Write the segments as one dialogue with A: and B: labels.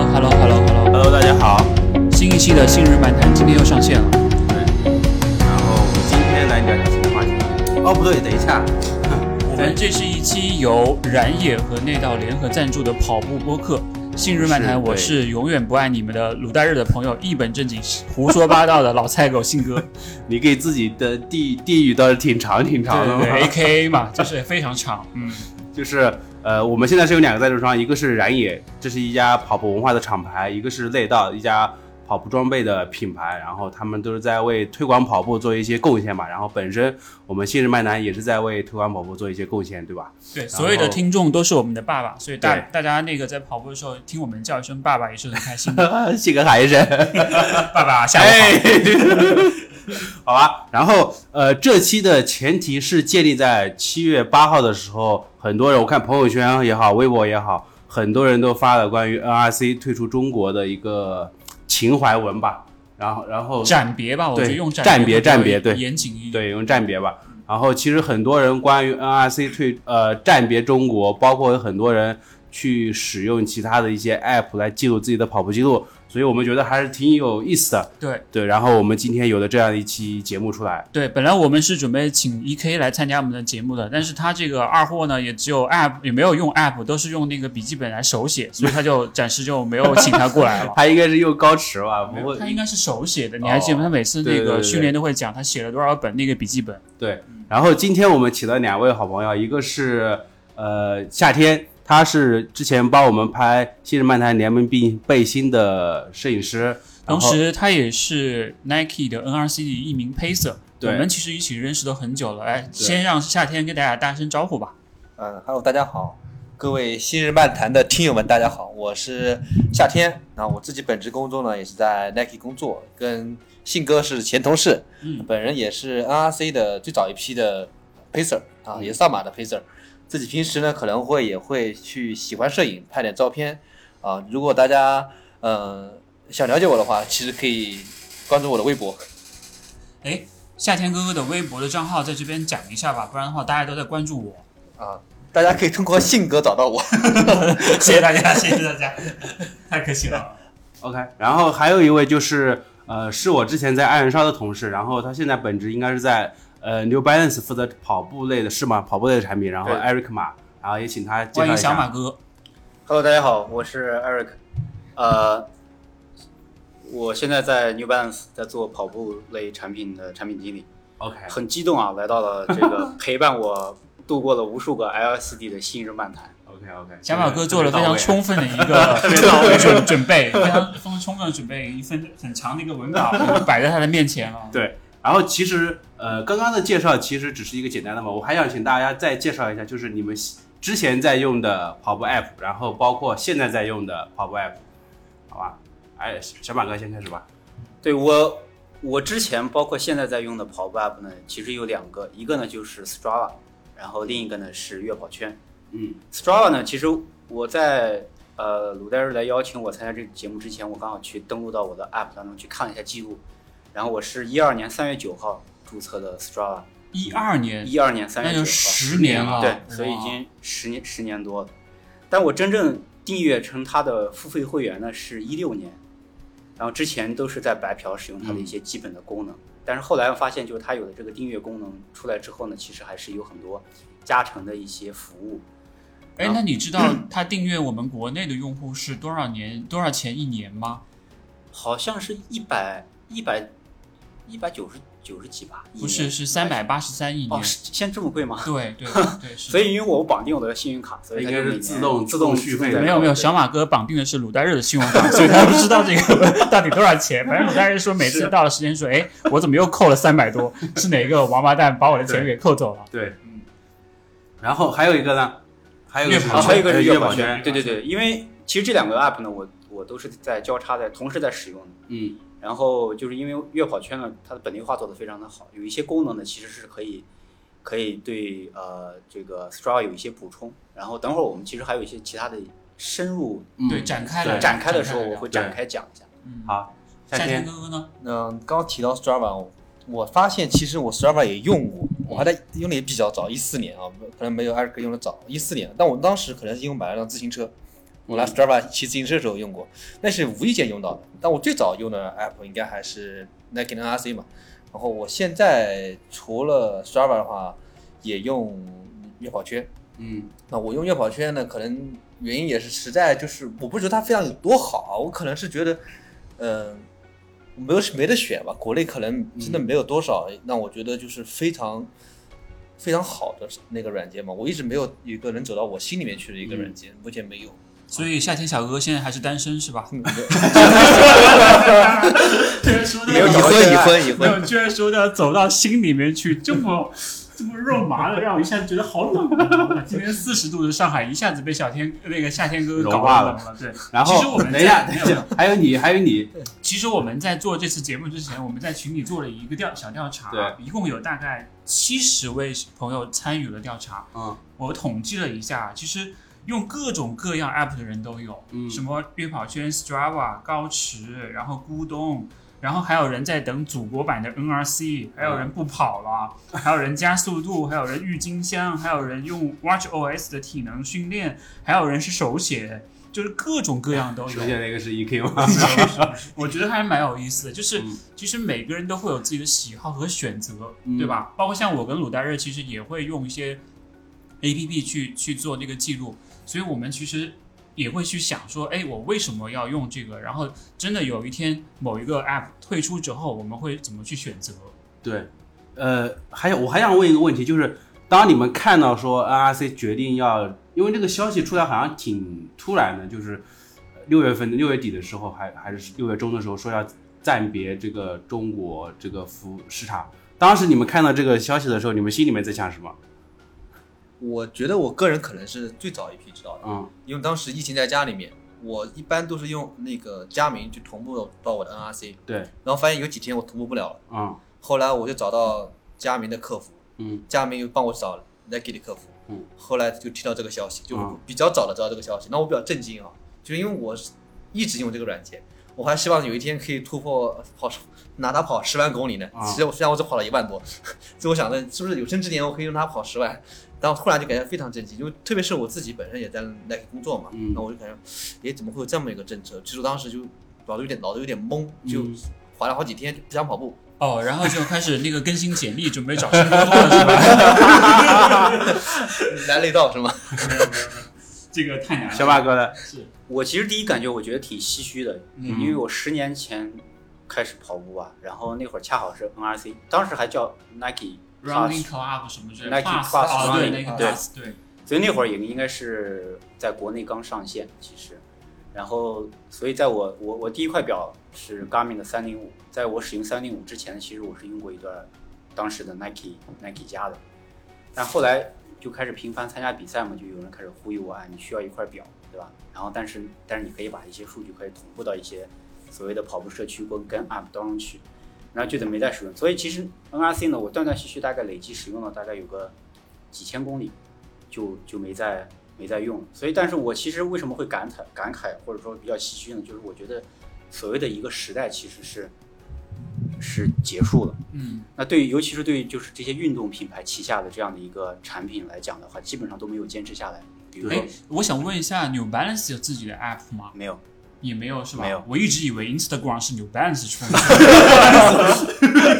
A: 嗯哦，不对，等一下，
B: 我们这是一期由燃野和内道联合赞助的跑步播客《信日漫谈》，
A: 是对
B: 我是永远不爱你们的鲁大日的朋友，一本正经胡说八道的老菜狗信哥，
A: 你给自己的地地域倒是挺长挺 长的
B: 对
A: 嘛。
B: 对，A K A 嘛，就是非常长，嗯，
A: 就是呃，我们现在是有两个赞助商，一个是燃野，这是一家跑步文化的厂牌，一个是内道，一家跑步装备的品牌。然后他们都是在为推广跑步做一些贡献嘛。然后本身我们信日漫谈也是在为推广跑步做一些贡献，对吧？
B: 对，所有的听众都是我们的爸爸，所以大
A: 对
B: 大家那个在跑步的时候听我们叫一声爸爸也是很开心的，
A: 信个海神。
B: 爸爸下午好。
A: 哎，好吧。然后呃，这期的前提是建立在七月八号的时候，很多人我看朋友圈也好，微博也好，很多人都发了关于 NRC 退出中国的一个情怀文吧。然后，然后
B: 暂别吧，我觉得
A: 对
B: 用
A: 暂别
B: 别
A: 暂别
B: 会
A: 对
B: 严谨一点。
A: 对，用暂别吧。然后其实很多人关于 NRC 退呃暂别中国，包括有很多人去使用其他的一些 app 来记录自己的跑步记录，所以我们觉得还是挺有意思的。
B: 对
A: 对，然后我们今天有了这样一期节目出来，
B: 对，本来我们是准备请 E K 来参加我们的节目的，但是他这个二货呢，也只有 App，也没有用 App，都是用那个笔记本来手写，所以他就暂时就没 有请他过来了。
A: 他应该是用高驰吧？不会
B: 他，应该是手写的，你还记得吗
A: 哦
B: 他每次
A: 对
B: 那
A: 对对
B: 个
A: 对
B: 训练都会讲他写了多少本那个笔记本。
A: 对。然后今天我们请了两位好朋友，一个是呃夏天，他是之前帮我们拍《新日漫谈》联盟病背心的摄影师，然
B: 同
A: 后
B: 时，他也是 Nike 的 NRC 的一名 pacer。
A: 对
B: 我们其实一起认识都很久了。哎，先让夏天跟大家打声招呼吧。
C: 嗯，Hello，大家好，各位新日漫谈的听友们，大家好，我是夏天。那我自己本职工作呢，也是在 Nike 工作，跟信哥是前同事，
B: 嗯，
C: 本人也是 NRC 的最早一批的 pacer 啊，也上马的 pacer。自己平时呢，可能会也会去喜欢摄影，拍点照片啊。如果大家嗯、呃想了解我的话，其实可以关注我的微博。
B: 哎，夏天哥哥的微博的账号在这边讲一下吧，不然的话大家都在关注我。
C: 啊，大家可以通过信哥找到我。
B: 谢谢大家，谢谢大 家，太客气了。
A: OK，然后还有一位就是呃，是我之前在爱燃烧的同事，然后他现在本职应该是在呃 New Balance 负责跑步类的是吗？跑步类的产品，然后
D: 对
A: Eric 马，然后也请他介
B: 欢
A: 绍
B: 迎
A: 一
B: 小马
A: 下。
B: 哥，
D: Hello，大家好，我是 Eric，呃，我现在在 New Balance 在做跑步类产品的产品经理，
A: OK，
D: 很激动啊，来到了这个 陪伴我度过了无数个 LSD 的新日漫谈，
A: OK OK，
B: 小马哥做了非常充分的一个准 准备，非常非常充分的准备，一份很长的一个文稿摆在他的面前啊了。
A: 对，然后其实呃，刚刚的介绍其实只是一个简单的嘛，我还想请大家再介绍一下，就是你们之前在用的跑步 app，然后包括现在在用的跑步 app，好吧？哎，小马哥先开始吧。
D: 对我。我之前包括现在在用的跑步 app 呢，其实有两个，一个呢就是 Strava，然后另一个呢是悦跑圈。
A: 嗯
D: Strava 呢，其实我在呃鲁代日来邀请我参加这个节目之前，我刚好去登录到我的 App 当中去看了一下记录，然后我是一二年三月九号注册的 Strava，
B: 一二年，
D: 一二年三月
B: 那
D: 九号，
B: 就十年了，
D: 对，所以已经十年十年多了。但我真正订阅成它的付费会员呢，是一六年，然后之前都是在白嫖使用它的
B: 嗯
D: 一些基本的功能，但是后来我发现，就是它有的这个订阅功能出来之后呢，其实还是有很多加成的一些服务。
B: 哎，那你知道他订阅我们国内的用户是多少年多少钱一年吗？
D: 好像是一百一百一百九十九十几吧，一
B: 不是，
D: 年
B: 是三百八十三一
D: 哦，
B: 年。
D: 是现在这么贵吗？
B: 对对对， 是的
D: 所以因为我绑定我的信用卡，所以它
A: 应该
D: 就是每年
A: 自动
D: 自动
A: 续费
D: 自动
A: 的
B: 没有没有，小马哥绑定的是鲁大日的信用卡， 所以他不知道这个 到底多少钱。反正鲁大日说每次到了时间说，哎，我怎么又扣了三百多？是哪个王八蛋把我的钱给扣走了？
A: 对，然后还有一个呢，还有一个
B: 月
D: 啊，
B: 跑
D: 还有一个是
A: 呃月
D: 月宝
A: 圈，
D: 对对对，因为其实这两个 app 呢，我我都是在交叉在同时在使用的。
A: 嗯，
D: 然后就是因为月跑圈呢，它的本地化做得非常的好，有一些功能呢其实是可以可以对呃这个 Strava 有一些补充。然后等会儿我们其实还有一些其他的深入
A: 嗯
B: 对，展开来
D: 展开的时候，
B: 来
D: 我
B: 聊
D: 会
A: 对
D: 展开讲一下。
B: 嗯
A: 好，夏
B: 夏天
A: 天
B: 哥哥呢？
C: 嗯，刚刚提到 Strava，我我发现其实我 Strava 也用过，我还在用的也比较早，一四年啊，可能没有 Eric 用的早，一四年。但我当时可能是因为买了辆自行车，我拿 Strava 骑自行车的时候用过，那是无意间用到的。但我最早用的 app 应该还是 Nike 的 NRC 嘛。然后我现在除了 Strava 的话，也用月跑圈。
A: 嗯
C: 那我用月跑圈呢，可能原因也是实在就是，我不觉得它非常有多好，啊我可能是觉得，嗯、没有没得选吧。国内可能真的没有多少让我觉得就是非常非常好的那个软件嘛。我一直没有一个能走到我心里面去的一个软件，目前没有。
B: 所以夏天小哥哥现在还是单身是吧？ 居然说
C: 没有已婚，已婚，已
B: 没有，
C: 婚。
B: 居然说要走到心里面去，这么这么肉麻的，让我一下子觉得好冷啊！今天四十度的上海，一下子被小天那个夏天哥搞
A: 融化
B: 冷了。对，
A: 然
B: 其实我
A: 后
B: 们
A: 等一下，
B: 在
A: 等
B: 没
A: 一
B: 有没有
A: 下，还有你，还有你，
B: 其实我们在做这次节目之前，我们在群里做了一个调小调查，
A: 对
B: 一共有大概七十位朋友参与了调查。
A: 嗯
B: 我统计了一下，其实用各种各样 app 的人都有，
A: 嗯
B: 什么月跑圈、Strava、高驰，然后咕咚，然后还有人在等祖国版的
A: 嗯
B: NRC，还有人不跑 了，还有人加速度，还有人郁金香，还有人用 Watch OS 的体能训练，还有人是手写，就是各种各样都哦有
A: 首。先那个是 EQ 吗？
B: 我觉得还蛮有意思的，就是
A: 嗯
B: 其实每个人都会有自己的喜好和选择，
A: 嗯
B: 对吧？包括像我跟鲁大热，其实也会用一些 A P P 去去做这个记录，所以我们其实也会去想说，哎，我为什么要用这个？然后真的有一天某一个 App 退出之后，我们会怎么去选择？
A: 对，呃，还有我还想问一个问题，就是当你们看到说 NRC 决定要，因为这个消息出来好像挺突然的，就是六月份六月底的时候，还还是六月中的时候说要暂别这个中国这个服市场。当时你们看到这个消息的时候，你们心里面在想什么？
C: 我觉得我个人可能是最早一批知道的，
A: 嗯
C: 因为当时疫情在家里面，我一般都是用那个佳明去同步到我的 NRC，
A: 对，
C: 然后发现有几天我同步不了了。
A: 嗯
C: 后来我就找到佳明的客服，
A: 嗯
C: 佳明又帮我找 Nike 的客服，
A: 嗯，
C: 后来就听到这个消息，就
A: 嗯
C: 比较早的知道这个消息，那我比较震惊啊，就是因为我是一直用这个软件，我还希望有一天可以突破跑拿它跑十万公里呢，
A: 啊
C: 其实我虽然我只跑了一万多， 所以我想着是不是有生之年我可以用它跑十万，然后突然就感觉非常震惊，因为特别是我自己本身也在 Nike 工作嘛，
A: 嗯
C: 那我就感觉，哎，怎么会有这么一个政策？其实我当时就脑子有点脑子有点懵，就
A: 嗯
C: 划了好几天就不想跑步。
B: 哦，然后就开始那个更新简历，准备找新工作了，是吧？
C: 来了一道是吗？
B: 这个太难了。
A: 小马哥的，
B: 是
D: 我其实第一感觉我觉得挺唏嘘的，
B: 嗯
D: 因为我十年前开始跑步吧，然后那会儿恰好是 NRC，当时还叫 Nike
B: Running
D: Plus，
B: Club 什么之类
D: Nike
B: Plus，
D: Plus
B: 哦对
D: Running，
B: ，Nike
D: 对
B: Plus，对。
D: 所以那会儿也应该是在国内刚上线，其实，然后所以在我我我第一块表是 Garmin 的305，在我使用305之前，其实我是用过一段当时的 Nike Nike 加的，但后来就开始频繁参加比赛嘛，就有人开始呼吁我啊，你需要一块表，对吧？然后但是但是你可以把一些数据可以同步到一些所谓的跑步社区跟跟 App 当中去，然后就等没再使用。所以其实 NRC 呢，我断断续续大概累计使用了大概有个几千公里，就就没再没再用了。所以但是我其实为什么会感慨感慨或者说比较唏嘘呢？就是我觉得所谓的一个时代其实是是结束了。
B: 嗯，
D: 那对于尤其是对于就是这些运动品牌旗下的这样的一个产品来讲的话，基本上都没有坚持下来。比如说
B: 哎，我想问一下，New Balance 有自己的 app 吗？
D: 没有，
B: 也没有是吧？
D: 没有
B: 我一直以为 Instagram 是 New Balance 出的。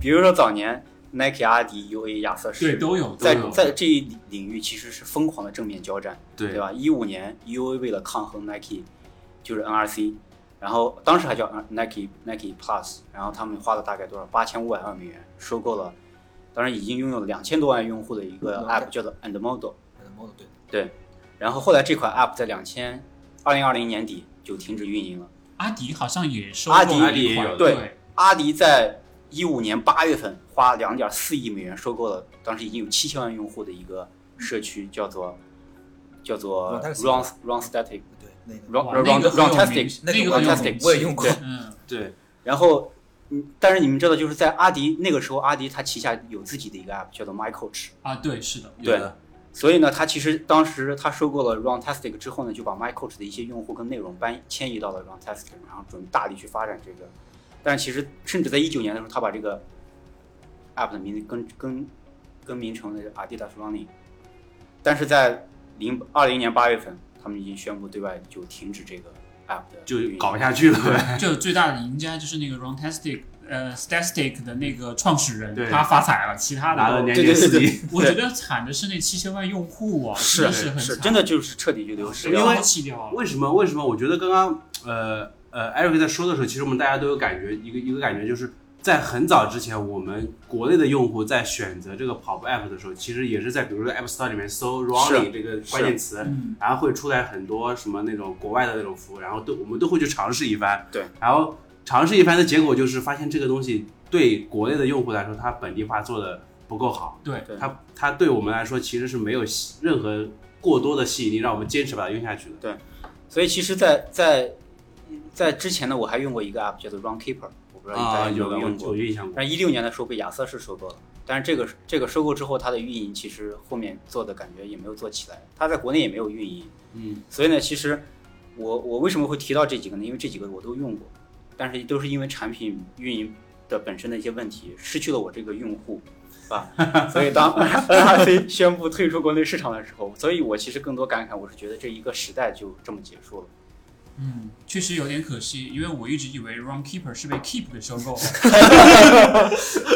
D: 比如说早年 Nike、阿迪、UA、亚瑟士，
B: 对，都有，都
D: 在
B: 有。
D: 在这一领域其实是疯狂的正面交战，
A: 对
D: 吧？一五年 UA 为了抗衡 Nike，就是 NRC，然后当时还叫 Nike Nike Plus，然后他们花了大概多少？八千五百万美元收购了，当然已经拥有了两千多万用户的一个
C: 嗯
D: App 叫做 And Model，
C: 嗯，猫的对。
D: 然后后来这款 App 在两千二零二零年底就停止运营了。
B: 阿迪好像也收
D: 阿迪
B: 购了
A: 阿迪
B: 一款
A: 也有
B: 对，
D: 阿迪在一五年八月份花两点四亿美元收购了当时已经有七千万用户的一个社区，叫做叫做
C: Runtastic
D: Run Run Static
C: 对，那个
D: Run
B: 哇
D: Run
B: 那个很有
D: Run
B: 名
D: Tastic，
C: 那
B: 那个
C: 我
B: 很有
C: 用
D: Runtastic
B: 名
C: 过，我也用过。
B: 嗯，
A: 对，
D: 然后嗯，但是你们知道，就是在阿迪那个时候，阿迪它旗下有自己的一个 app 叫做 My Coach，
B: 啊，对，是的，
A: 有的，
D: 所以呢，它其实当时它收购了 Runtastic 之后呢，就把 My Coach 的一些用户跟内容搬迁移到了 Runtastic，然后准备大力去发展这个。但其实甚至在一九年的时候，它把这个 app 的名字更更更名成了 Adidas Running，但是在零二零年八月份，他们已经宣布对外就停止这个 app 的
A: 就
D: 运营
A: 搞不下去了呗。
B: 就最大的赢家就是那个 Runtastic，呃 Static 的那个创始人
A: 对
B: 他发财了，其他
A: 拿了
B: 的
A: 年
B: 都。
D: 对
A: 年
D: 对对
A: 四
D: 对
A: 亿，
B: 我觉得惨的是那七千万用户啊，真的
D: 是
B: 很
D: 是，
B: 惨，
D: 真的就是彻底就流失
A: 因
D: 掉
A: 为
D: 了。
B: 抛弃掉啊了。
A: 为什么？为什么？我觉得刚刚呃呃，Eric 在说的时候，其实我们大家都有感觉，一个一个感觉就是在很早之前，我们国内的用户在选择这个跑步 app 的时候，其实也是在比如说在 App Store 里面搜 running 这个关键词，
B: 嗯，
A: 然后会出来很多什么那种国外的那种服务，然后都我们都会去尝试一番。
D: 对，
A: 然后尝试一番的结果就是发现这个东西对国内的用户来说，它本地化做的不够好，
B: 对
D: 对
A: 它它对我们来说其实是没有吸任何过多的吸引力，让我们坚持把它用下去的。
D: 所以其实在，在在之前呢，我还用过一个 app 叫做 Runkeeper，我不知道你
A: 啊，
D: 大家
A: 有
D: 没
A: 的哎
D: 有
A: 我
D: 用过
A: 有。印象过。
D: 但一六年的时候被亚瑟士收购了，但是这个这个收购之后，它的运营其实后面做的感觉也没有做起来，它在国内也没有运营。
A: 嗯，
D: 所以呢，其实我我为什么会提到这几个呢？因为这几个我都用过，但是都是因为产品运营的本身的一些问题，失去了我这个用户，啊， 所以 当 NRC 宣布退出国内市场的时候，所以我其实更多感慨，我是觉得这一个时代就这么结束了。
B: 嗯，确实有点可惜，因为我一直以为 Runkeeper 是被 Keep 给收购 了，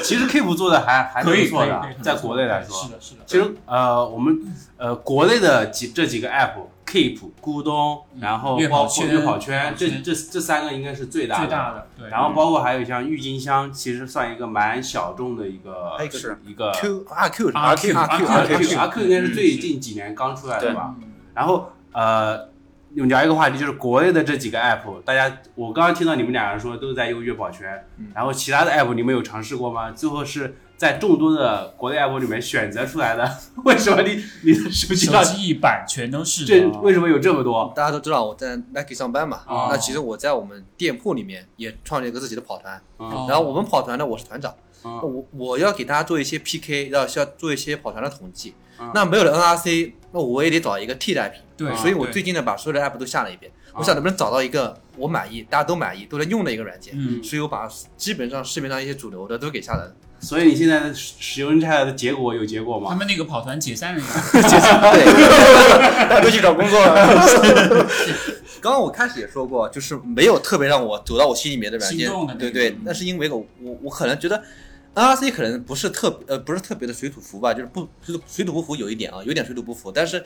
A: 其实 Keep 做的还还
B: 可
A: 挺
B: 以
A: 不错
B: 可以
A: 的
B: 可以，很
A: 在
B: 不错
A: 国内来说，
B: 是的，是的，
A: 其实呃，我们呃国内的几这几个 app。Keep、咕咚，
B: 嗯
A: 然后
B: 悦
A: 包
B: 跑
A: 括
B: 圈
A: 悦跑圈
B: 跑，
A: 这
B: 圈
A: 这这三个应该是最大的。
B: 最大的对，
A: 然后包括还有像郁金香，其实算一个蛮小众的一个，
C: 还有一个
A: 一个
C: Q R Q
B: RQ
C: R Q
A: R
B: RQ
A: Q
C: Q，
A: R Q 应该是最近几年刚出来的
D: 对
A: 吧。
B: 嗯
A: 然后呃，有聊一个话题，就是国内的这几个 app，大家我刚刚听到你们两个人说都在用月宝圈
C: 嗯，
A: 然后其他的 app 你们有尝试过吗？最后是在众多的国内 app 里面选择出来的，为什么你你的手机
B: 手
A: 上
B: 机一版全都是
A: 这
B: 的
A: 为什么有这么多？
C: 大家都知道我在 Nike 上班嘛，
B: 哦
C: 那其实我在我们店铺里面也创立一个自己的跑团，
B: 哦
A: 嗯
C: 然后我们跑团呢，我是团长，
A: 嗯
C: 我我要给大家做一些 PK，要需要做一些跑团的统计
A: 嗯。
C: 那没有了 NRC，那我也得找一个替代品。
B: 对，
C: 所以我
B: 对
C: 最近呢把所有的 app 都下了一遍，我
A: 嗯
C: 想能不能找到一个我满意、大家都满意、都能用的一个软件。
B: 嗯
C: 所以我把基本上市面上一些主流的都给下了。
A: 所以你现在的使使用下来的结果有结果
B: 他
A: 吗？
B: 们那个跑团解散了，
C: 对，
D: 大家都去找工作了，
C: 刚刚我开始也说过，就是没有特别让我走到我心里面的软
B: 心
C: 件
B: 动的，那
C: 对
B: 个
C: 对
B: 嗯。
C: 那是因为我我我可能觉得 NRC 可能不是特别呃不是特别的水土服吧，就是不水土水土不服有一点啊，有点水土不服。但是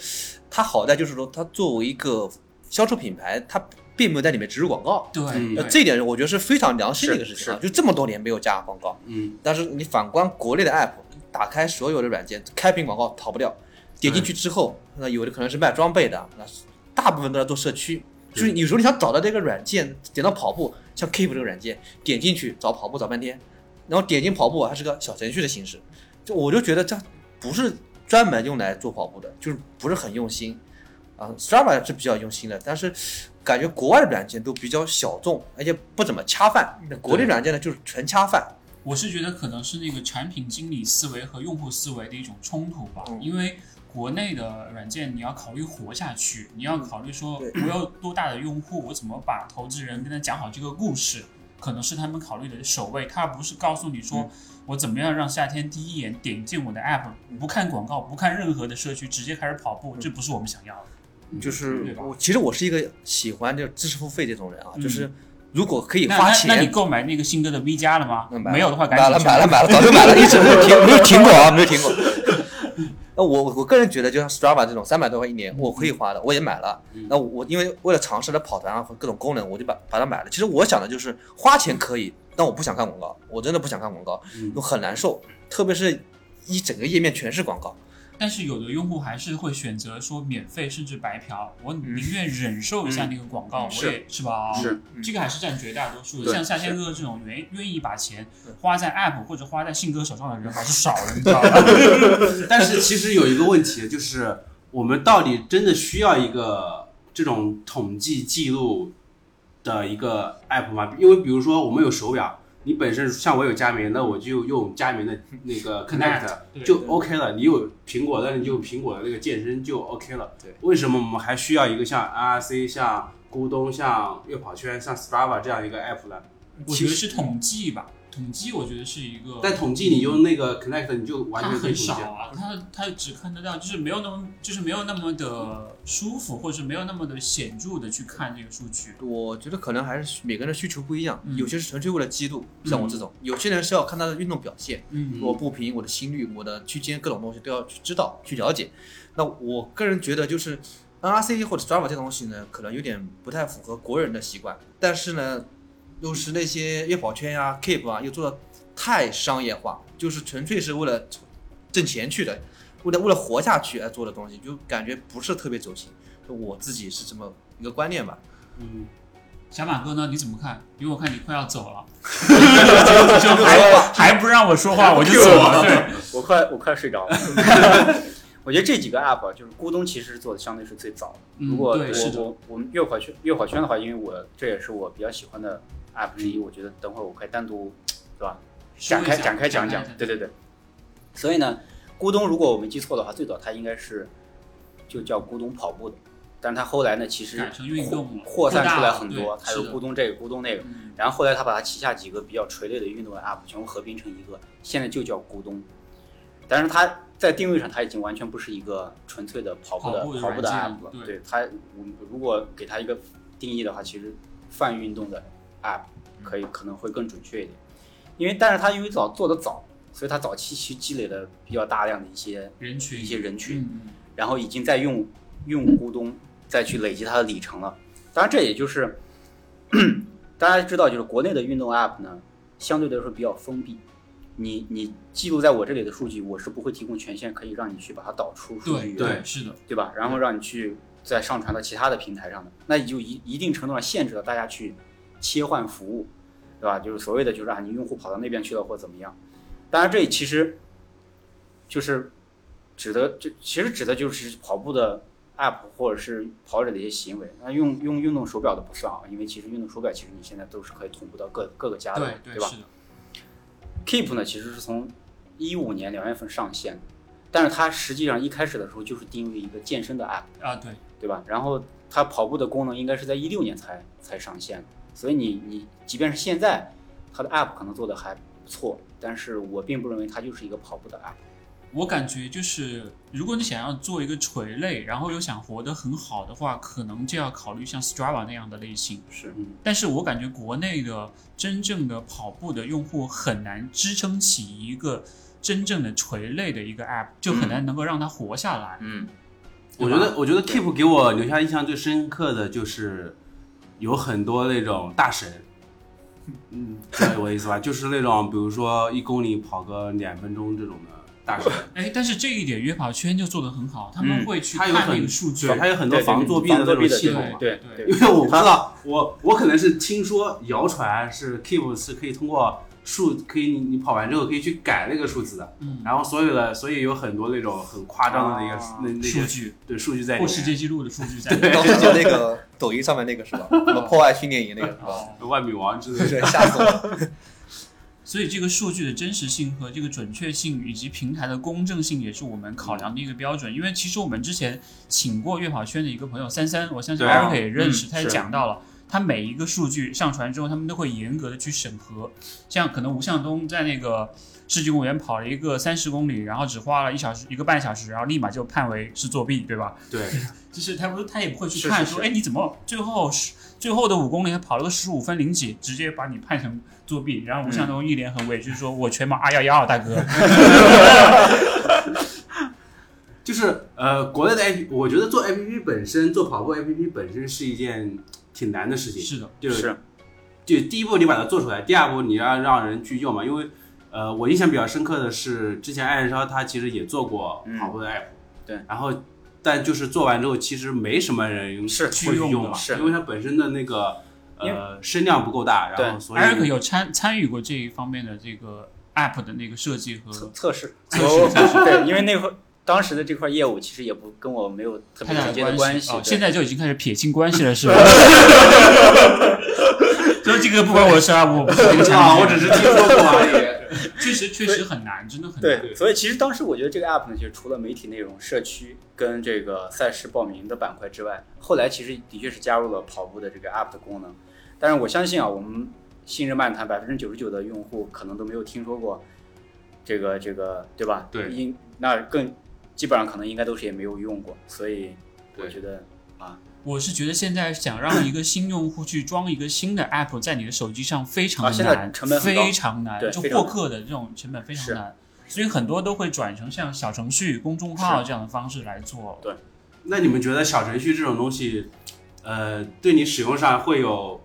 C: 它好在就是说，它作为一个销售品牌，它并没有在里面植入广告。
A: 嗯
B: 对，
C: 呃，
B: 对
C: 这一点我觉得是非常良心的一个
D: 是
C: 事情啊，就这么多年没有加广告，
A: 嗯，
C: 但是你反观国内的 app，打开所有的软件，开屏广告逃不掉。点进去之后，那有的可能是卖装备的，那大部分都在做社区。
A: 对
C: 所以有时候你想找到这个软件，点到跑步，像 Keep 这个软件，点进去找跑步找半天，然后点进跑步还是个小程序的形式，就我就觉得这不是专门用来做跑步的，就是不是很用心。啊，Strava 是比较用心的，但是感觉国外的软件都比较小众，而且不怎么恰饭。那国内
A: 对
C: 软件呢，就是纯恰饭。
B: 我是觉得可能是那个产品经理思维和用户思维的一种冲突吧，
C: 嗯
B: 因为国内的软件你要考虑活下去，你要考虑说
C: 对
B: 我有多大的用户，我怎么把投资人跟他讲好这个故事，可能是他们考虑的首位，他不是告诉你说我怎么样让夏天第一眼点进我的 app，不看广告，不看任何的社区，直接开始跑步，这不是我们想要的。
C: 就是
B: 嗯对吧
C: 我其实我是一个喜欢就知识付费这种人啊，
B: 嗯
C: 就是如果可以
B: 那
C: 花
B: 那那你
C: 钱，
B: 购买那个信哥的 V 加了吗？
C: 嗯买了
B: 没有的话赶
C: 买
B: 紧
C: 了
B: 去
C: 买了买了，早就买了，一直没有停没有停过啊，没有停过。 那我我个人觉得，就像 Strava 这种三百多块一年，我可以花的，我也买了
A: 嗯。
C: 那我因为为了尝试它跑团啊和各种功能，我就把把它买了。其实我想的就是花钱可以，但我不想看广告，我真的不想看广告，
A: 嗯
C: 我很难受，特别是一整个页面全是广告。
B: 但是有的用户还是会选择说免费甚至白嫖，我宁愿忍受一下那个广告，
C: 嗯
B: 我也是吧？
D: 是
B: 这个还是占绝大多数的。
D: 对
B: 像夏天
D: 是
B: 哥哥这种愿愿意把钱
C: 对
B: 花在 app 或者花在信哥手上的人还是少的，你知道吗？
A: 但是其实有一个问题，就是我们到底真的需要一个这种统计记录的一个 app 吗？因为比如说我们有手表，你本身像我有佳明，那我就用佳明的那个
B: Connect，
A: Connect
B: 对
A: 就 OK 了。你有苹果，但是你用苹果的那个健身就 OK 了。
C: 对，
A: 为什么我们还需要一个像 RC、像咕咚、像悦跑圈、像 Strava 这样一个 app 呢？
B: 我觉得是统计吧，统计我觉得是一个，
A: 但统计你用那个 Connect，你就完
B: 它
A: 全可以
B: 很
A: 统计
B: 少。啊，它它只看得到，就是没有那么，就是没有那么的舒服，或者是没有那么的显著的去看这个数据。
C: 我觉得可能还是每个人的需求不一样，
B: 嗯
C: 有些是纯粹为了激怒，像我这种；有些人是要看他的运动表现，
B: 嗯
C: 我步频、我的心率、我的区间各种东西都要去知道、去了解。那我个人觉得，就是 NRC 或者 Strava 这东西呢，可能有点不太符合国人的习惯，但是呢，又是那些悦跑圈呀、Keep 啊，又做的太商业化，就是纯粹是为了挣钱去的，为了为了活下去而做的东西，就感觉不是特别走心。我自己是这么一个观念吧。
A: 嗯，
B: 小马哥呢？你怎么看？因为我看你快要走了，
D: 就
B: 就还还不让我说话，啊 我就走 了。对，
D: 我快我快睡着了。 我觉得这几个 app 啊就是咕咚，其实做的相对是最早的。
B: 嗯
D: 如果
B: 对是
D: 我
B: 的
D: 我我们月跑圈月跑圈的话，因为我这也是我比较喜欢的 app 之一，
B: 嗯
D: 我觉得等会儿我可以单独对吧展开展开讲讲，对对对。所以呢，咕咚如果我没记错的话，最早它应该是就叫咕咚跑步的，但是它后来呢，其实
B: 改成运动了
D: 扩扩
B: 扩
D: 散
B: 大
D: 出来
B: 了
D: 很
B: 对
D: 多，它有
B: 是的
D: 咕咚这个咕咚那个。
B: 嗯
D: 然后后来他把他旗下几个比较垂类的运动的 app 全部合并成一个，现在就叫咕咚。但是它在定位上，它已经完全不是一个纯粹的跑步的
B: 跑步的
D: 跑步的
B: 软
D: app
B: 件
D: 了。
B: 对
D: 对它，我们如果给它一个定义的话，其实泛运动的 app
B: 嗯
D: 可以可能会更准确一点，因为但是它因为早做的早，所以它早期其实积累了比较大量的一些
B: 人群
D: 一些人群，
B: 嗯
D: 然后已经在用用咕咚再去累积它的里程了。当然，这也就是 大家知道，就是国内的运动 App 呢，相对来说比较封闭。你你记录在我这里的数据，我是不会提供权限可以让你去把它导出数据
B: 对
D: 源，
B: 对是的，
D: 对吧？然后让你去再上传到其他的平台上的，那你就一一定程度上限制了大家去切换服务，对吧？就是所谓的就是啊，你用户跑到那边去了或怎么样。当然，这其实就是指的，就其实指的就是跑步的 app 或者是跑者的一些行为。那用用运动手表的不算啊，因为其实运动手表其实你现在都是可以同步到各各个家的，
B: 对对
D: 吧
B: 是的，
D: ？Keep 呢，其实是从一五年两月份上线的，但是它实际上一开始的时候就是定位一个健身的 app。
B: 啊对，
D: 对吧？然后它跑步的功能应该是在一六年才才上线的，所以你你即便是现在，它的 app 可能做的还不错，但是我并不认为它就是一个跑步的 app。
B: 我感觉就是，如果你想要做一个垂类，然后又想活得很好的话，可能就要考虑像 Strava 那样的类型。
D: 是，
B: 但是我感觉国内的真正的跑步的用户很难支撑起一个真正的垂类的一个 app，就很
D: 嗯
B: 难能够让它活下来。
C: 嗯，
A: 我觉得我觉得 Keep 给我留下印象最深刻的就是有很多那种大神，嗯，知道我的意思吧？就是那种比如说一公里跑个两分钟这种的大神，
B: 哎，但是这一点约跑圈就做得很好，他们会去
A: 它
B: 看
A: 嗯有
B: 那
A: 很
B: 个数据，
A: 它有很多防作弊的那种系统嘛。
D: 对
B: 对
A: 因为我不知道，我我可能是听说谣传是 Keep 是可以通过数，可以你你跑完之后可以去改那个数字的，
B: 嗯，
A: 然后所有的所以有很多那种很夸张的那个、
D: 啊
A: 那
B: 数
A: 那些
B: 据
A: 对数据在里
B: 或世界
A: 面，
B: 纪录的数据在里面。
C: 当时就那个抖音上面那个是 吧？什么破案训练营那个是吧？
B: 哦
A: 万米王之类的。
C: 对，吓死我了！
B: 所以这个数据的真实性和这个准确性以及平台的公正性也是我们考量的一个标准。因为其实我们之前请过月跑圈的一个朋友三三，我相信
A: 对啊
B: Eric 也认识，
D: 嗯
B: 他也
D: 是
B: 讲到了。他每一个数据上传之后，他们都会严格的去审核。像可能吴向东在那个世纪公园跑了一个三十公里，然后只花了一小时一个半小时，然后立马就判为是作弊，对吧？
A: 对，
B: 就是他不他也不会去
D: 是
B: 看
D: 是
B: 说，
D: 是
B: 哎，你怎么最后十最后的五公里还跑了个十五分零几，直接把你判成作弊，然后吴
D: 嗯
B: 向东一脸很委屈说，我全马二幺幺，大 哥，
A: 就是呃，国内的 A P，我觉得做 A P P 本身，做跑步 A P P 本身是一件挺难的事情。
B: 是的，
A: 就是
D: 是，
A: 就第一步你把它做出来，第二步你要让人去用嘛。因为呃，我印象比较深刻的是，之前艾仁超他其实也做过跑步的 app，、
D: 对，
A: 然后但就是做完之后，其实没什么人
D: 是
A: 去
B: 去用
A: 嘛，
B: 的
D: 是
A: 因为它本身的那个
D: 因
A: 呃声量不够大，
D: 对
A: 然后所以
B: 艾瑞克有参参与过这一方面的这个 app 的那个设计
D: 测
B: 和
D: 测试，
B: 测试
D: 我
B: 测试
D: 对，因为那会儿当时的这块业务其实也不跟我没有特
B: 太
D: 别
B: 大
D: 直接
B: 的
D: 关
B: 系。
D: 系
B: 哦，，
D: 对
B: 现在就已经开始撇清关系了，是吧？所以这个不关我的事啊，我不是
A: 我 不知道，哦我只是听说过而已。
B: 确实确实很难，真的很 难。
D: 对，所以其实当时我觉得这个 app 呢，就是除了媒体内容、社区跟这个赛事报名的板块之外，后来其实的确是加入了跑步的这个 app 的功能。但是我相信啊，我们信日漫谈百分之九十九的用户可能都没有听说过这个这个，对吧？
A: 对
D: 应那更基本上可能应该都是也没有用过，所以我
A: 对
D: 觉得
B: 我是觉得现在想让一个新用户去装一个新的 app 在你的手机上非常难，
D: 啊现在成本很高
B: 非常难，
D: 对
B: 就
D: 非常
B: 获
D: 难
B: 客的这种成本非常
D: 是
B: 难，所以很多都会转成像小程序、公众号这样的方式来做。
A: 那你们觉得小程序这种东西，呃，对你使用上会有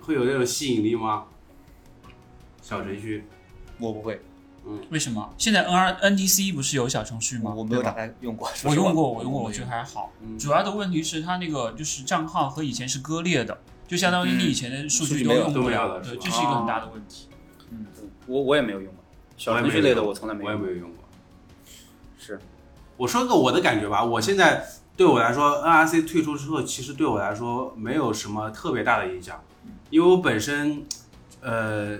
A: 会有那种吸引力吗？小程序，
C: 我不会，
B: 为什么？现在 N R N T C 不是有小程序吗？
C: 我没有
B: 哦对吧
C: 打开用过。说
B: 我
C: 实话
B: 用过，我用过，我觉得还好。
A: 嗯
B: 主要的问题是它那个就是账号和以前是割裂的，就相当于
D: 嗯
B: 你以前的数
C: 数
B: 据
C: 据
B: 都
C: 没有
B: 用
A: 都
B: 不
A: 没有
B: 了，
A: 了
B: 对，
A: 是吧
B: 这是一个很大
D: 啊
B: 的问题。
D: 我我也没有用过小程序类的，我从来没
A: 我也
D: 用
A: 没
D: 过。
A: 有用过。
D: 是
A: 我说个我的感觉吧，我现在对我来说，NRC 退出之后，其实对我来说没有什么特别大的影响，因为我本身，呃，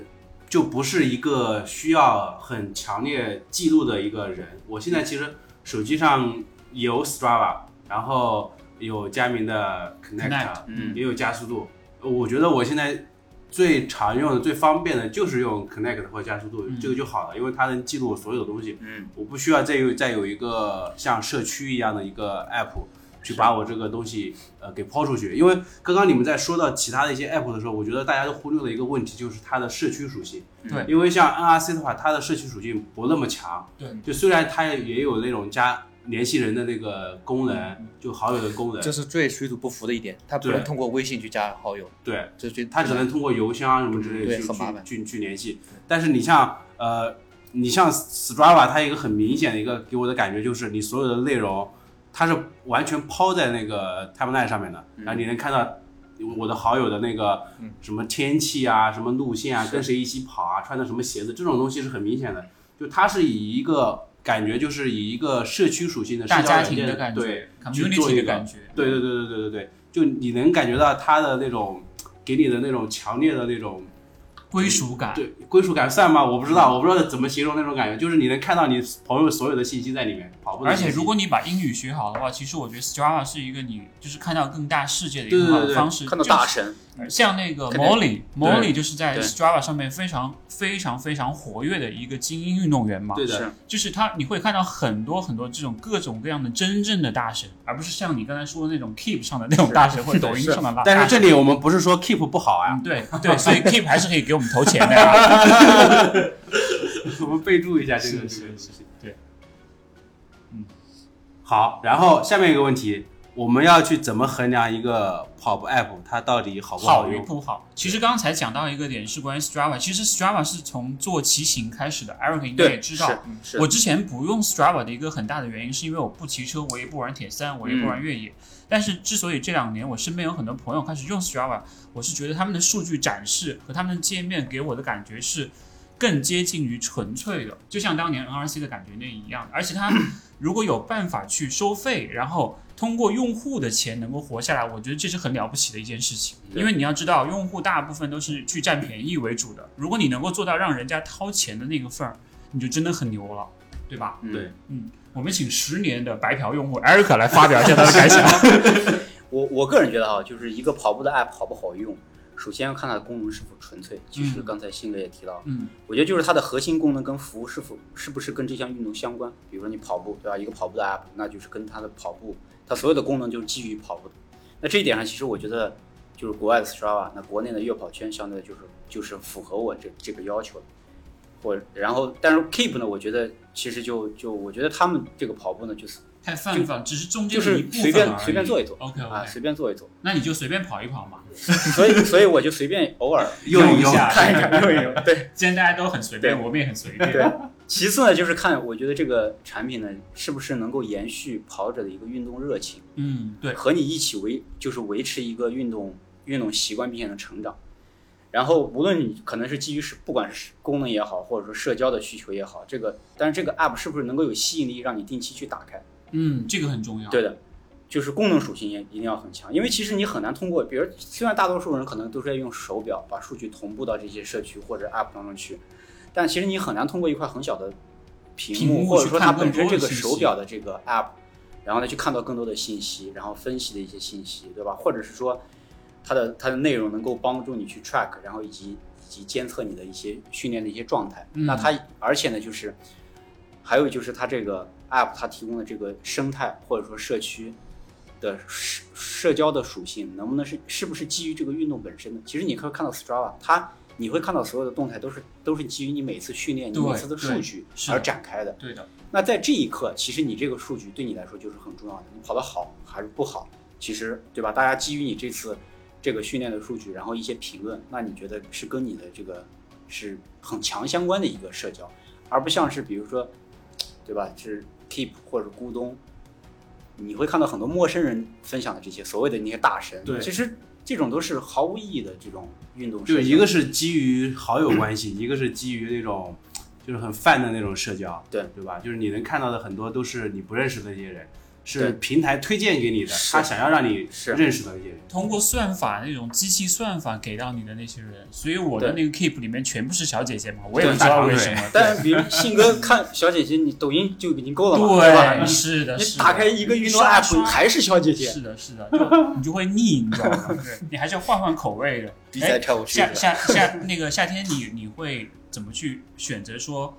A: 就不是一个需要很强烈记录的一个人。我现在其实手机上有 Strava，然后有佳明的 Connect，, 啊
B: Connect，
D: 嗯
A: 也有加速度。呃我觉得我现在最常用的、最方便的就是用 Connect 或加速度，
B: 嗯
A: 这个就好了，因为它能记录我所有的东西。
D: 嗯，
A: 我不需要再有再有一个像社区一样的一个 app 去把我这个东西呃给抛出去。因为刚刚你们在说到其他的一些 app 的时候，我觉得大家都忽略了一个问题，就是它的社区属性。
B: 对
A: 因为像 NRC 的话，它的社区属性不那么强。
B: 对，
A: 就虽然它也有那种加联系人的那个功能，就好友的功能
C: 这，是最水土不服的一点，他不
A: 对
C: 能通过微信去加好友，
A: 对，
C: 这是最
A: 它只能通过邮箱啊什么之类的
C: 对
A: 去
C: 很麻烦
A: 去去去联系。但是你像呃，你像 Strava，它一个很明显的一个给我的感觉就是，你所有的内容它是完全抛在那个 timeline 上面的，
B: 嗯
A: 然后你能看到我的好友的那个什么天气啊、什么路线啊、跟谁一起跑啊、穿的什么鞋子，这种东西是很明显的。就它是以一个感觉，就是以一个社区属性的
B: 大
A: 社交
B: 家
A: 软
B: 庭的
A: 件
B: 感觉
A: 对去做一
B: ，community
A: 个
B: 的感觉，
A: 对对对对对对对，就你能感觉到他的那种给你的那种强烈的那种
B: 归属感。
A: 对归属感算吗？我不知
B: 嗯
A: 道，我不知道怎么形容那种感觉，就是你能看到你朋友所有的信息在里面，跑步的
B: 而
A: 信
B: 且
A: 息
B: 如果你把英语学好的话，其实我觉得 Strava 是一个你就是看到更大世界的一
A: 对
B: 个
A: 对
B: 很好
A: 对
B: 的方式。
D: 嗯看到大神，
B: 就是像那个
D: 看到
B: Molly Molly 就是在
D: 对
B: Strava 上面非常非常非常活跃的一个精英运动员嘛。
A: 对
D: 是
A: 的，
B: 就是他，你会看到很多很多这种各种各样的真正的大神，而不是像你刚才说的那种 Keep 上的那种大神或者抖音上的大
A: 但是
B: 大神
A: 这里我们不是说 keep 不好啊
B: 嗯，对对，所以 Keep 还是可以给我们投钱的呀。
A: 我们备注一下这个
B: 嗯是
A: 这个东西。
B: 对，
A: 嗯，好，然后下面一个问题，我们要去怎么衡量一个跑步 app 它到底好不
B: 好与
A: 用？
B: 不好，其实刚才讲到一个点是关于 Strava，其实 Strava 是从做骑行开始的，Eric 应该也
D: 对，
B: 知道。
C: 嗯
D: 是
B: 我
D: 是，
B: 之前不用 Strava 的一个很大的原因，是因为我不骑车，我也不玩铁三，我也不玩越野。但是之所以这两年我身边有很多朋友开始用 Strava，我是觉得他们的数据展示和他们的界面给我的感觉是更接近于纯粹的，就像当年 NRC 的感觉那一样。而且它如果有办法去收费，然后通过用户的钱能够活下来，我觉得这是很了不起的一件事情。
D: 对
B: 因为你要知道，用户大部分都是去占便宜为主的，如果你能够做到让人家掏钱的那个份儿，你就真的很牛了，对吧？
D: 嗯
A: 对，
B: 我们请十年的白嫖用户 Eric 来发表一下他的 感想。
D: 我我个人觉得哈，就是一个跑步的 app 好不好用，首先要看它的功能是否纯粹。其实
B: 嗯
D: 刚才新哥也提到，
B: 嗯，
D: 我觉得就是它的核心功能跟服务是否是不是跟这项运动相关。比如说你跑步，对吧？一个跑步的 app，那就是跟它的跑步，它所有的功能就是基于跑步的。那这一点上，其实我觉得就是国外的 Strava，那国内的悦跑圈相对就是就是符合我这这个要求的。我然后，但是 Keep 呢，我觉得其实就就我觉得他们这个跑步呢，就是
B: 太泛泛，只是中间
D: 就
B: 的一
D: 是
B: 部分
D: 随便
B: 而已哦
D: 随便做一做
B: OK
D: 啊，
B: OK，
D: 随便做一做。
B: 那你就随便跑一跑嘛。
D: 所以所以我就随便 偶尔
A: 用
B: 一
A: 用
B: 下
D: 看一看 用一用，对。
B: 既然大家都很随便，我们也很随便。
D: 对，其次呢，就是看我觉得这个产品呢，是不是能够延续跑者的一个运动热情，
B: 嗯，对，
D: 和你一起维就是维持一个运动运动习惯，并且能成长。然后无论你可能是基于是不管是功能也好，或者说社交的需求也好，这个但是这个 app 是不是能够有吸引力，让你定期去打开？
B: 嗯，这个很重要。
D: 对的，就是功能属性也一定要很强，因为其实你很难通过，比如虽然大多数人可能都是在用手表把数据同步到这些社区或者 App 当中去，但其实你很难通过一块很小的
B: 屏
D: 屏
B: 幕
D: 幕，或者
B: 去
D: 说
B: 看
D: 它
B: 更
D: 本身
B: 多的
D: 这个
B: 信
D: 手
B: 息
D: 表的这个 App，然后呢去看到更多的信息，然后分析的一些信息，对吧？或者是说它的它的内容能够帮助你去 track，然后以及以及监测你的一些训练的一些状态。
B: 嗯
D: 那它而且呢，就是还有就是它这个 app 它提供的这个生态或者说社区的社社交的属性，能不能是是不是基于这个运动本身的？其实你可以看到 Strava 它。你会看到所有的动态都是都是基于你每次训练、你每
B: 对
D: 次的
B: 对
D: 数据
B: 是
D: 而
B: 的
D: 展开的。
B: 对的，
D: 那在这一刻，其实你这个数据对你来说就是很重要的。你跑得好还是不好，其实对吧？大家基于你这次这个训练的数据，然后一些评论，那你觉得是跟你的这个是很强相关的一个社交，而不像是比如说，对吧？是 Keep 或者咕咚，你会看到很多陌生人分享的这些所谓的那些大神，
B: 对
D: 其实这种都是毫无意义的这种运动社
A: 就
D: 交。
A: 一个是基于好友关系，一个是基于那种就是很泛的那种社交，
D: 对
A: 对吧？就是你能看到的很多都是你不认识的那些人，是
D: 对
A: 平台推荐给你的，
D: 是
A: 他想要让你
D: 是
A: 认识的那些人。
B: 通过算法那种机器算法给到你的那些人，所以我的
D: 对
B: 那个 Keep 里面全部是小姐姐嘛，我也不
A: 对
B: 知道
A: 大长
B: 为
A: 腿
B: 什么。
D: 但是比如信哥看小姐姐，你抖音就已经够了嘛，对吧？
B: 对，
D: 你
B: 是的，
D: 你
B: 是的
D: 打开一个运动
B: 刷
D: app 还是小姐姐，
B: 是的，是的，就你就会腻，你知道吗？对，你还是要换换口味 的。
C: 比
B: 哎
C: 赛跳舞是
B: 夏
C: 一个，
B: 夏夏那个夏天你，你会怎么去选择说？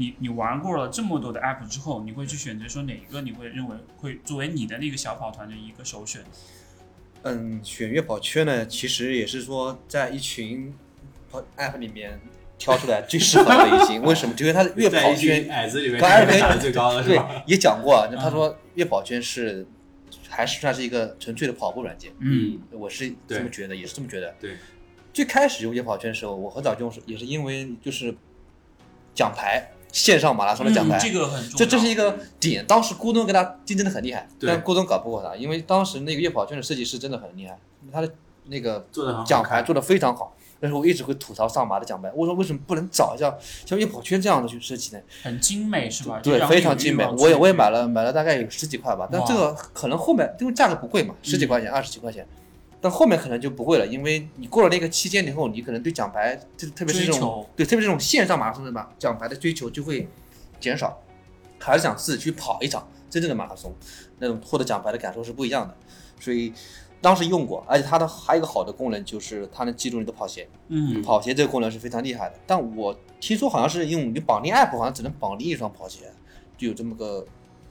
B: 你你玩过了这么多的 app 之后，你会去选择说哪一个你会认为会作为你的那个小跑团的一个首选？
C: 嗯，选月跑圈呢，其实也是说在一群跑 app 里面挑出来最适合的已 经。为什么？就因为它的月
A: 在
C: 跑
A: 一群
C: 圈，
A: 矮子里面，
C: 刚 才
A: 打的最高的是
C: 对
A: 吧？，
C: 也讲过啊。那他
B: 嗯
C: 说月跑圈是还是算是一个纯粹的跑步软件，
A: 嗯，
C: 我是
A: 对
C: 这么觉得，也是这么觉得。
A: 对，
C: 最开始用夜跑圈的时候，我很早就用是，也是因为就是奖牌，线上马拉松的奖牌，
B: 嗯这个很重要，嗯
C: 这这是一个点。当时咕咚跟他竞争的很厉害，
A: 对
C: 但咕咚搞不过他，因为当时那个夜跑圈的设计师真的很厉害，他的那个
A: 做
B: 啊
A: 的很好
C: 奖牌做的非常好。但是我一直会吐槽上马的奖牌，我说为什么不能找一下像夜跑圈这样的去设计呢？
B: 很精美是吧？
C: 对，非常精美。我也我也买
B: 了，
C: 了，买了大概有十几块吧。但
B: 哇嗯
C: 这个可能后面因为价格不贵嘛，十几块钱、二十几块钱，但后面可能就不贵了，因为你过了那个期间以后，你可能对奖牌，特特别是
B: 追
C: 这种
B: 求
C: 对，特别是这种线上马拉松的马奖牌的追求就会减少，还是想自己去跑一场真正的马拉松，那种获得奖牌的感受是不一样的。所以当时用过，而且它的还有一个好的功能就是它能记录你的跑鞋。
B: 嗯，
C: 跑鞋这个功能是非常厉害的。但我听说好像是用你绑定 app，好像只能绑定一双跑鞋，就有这么个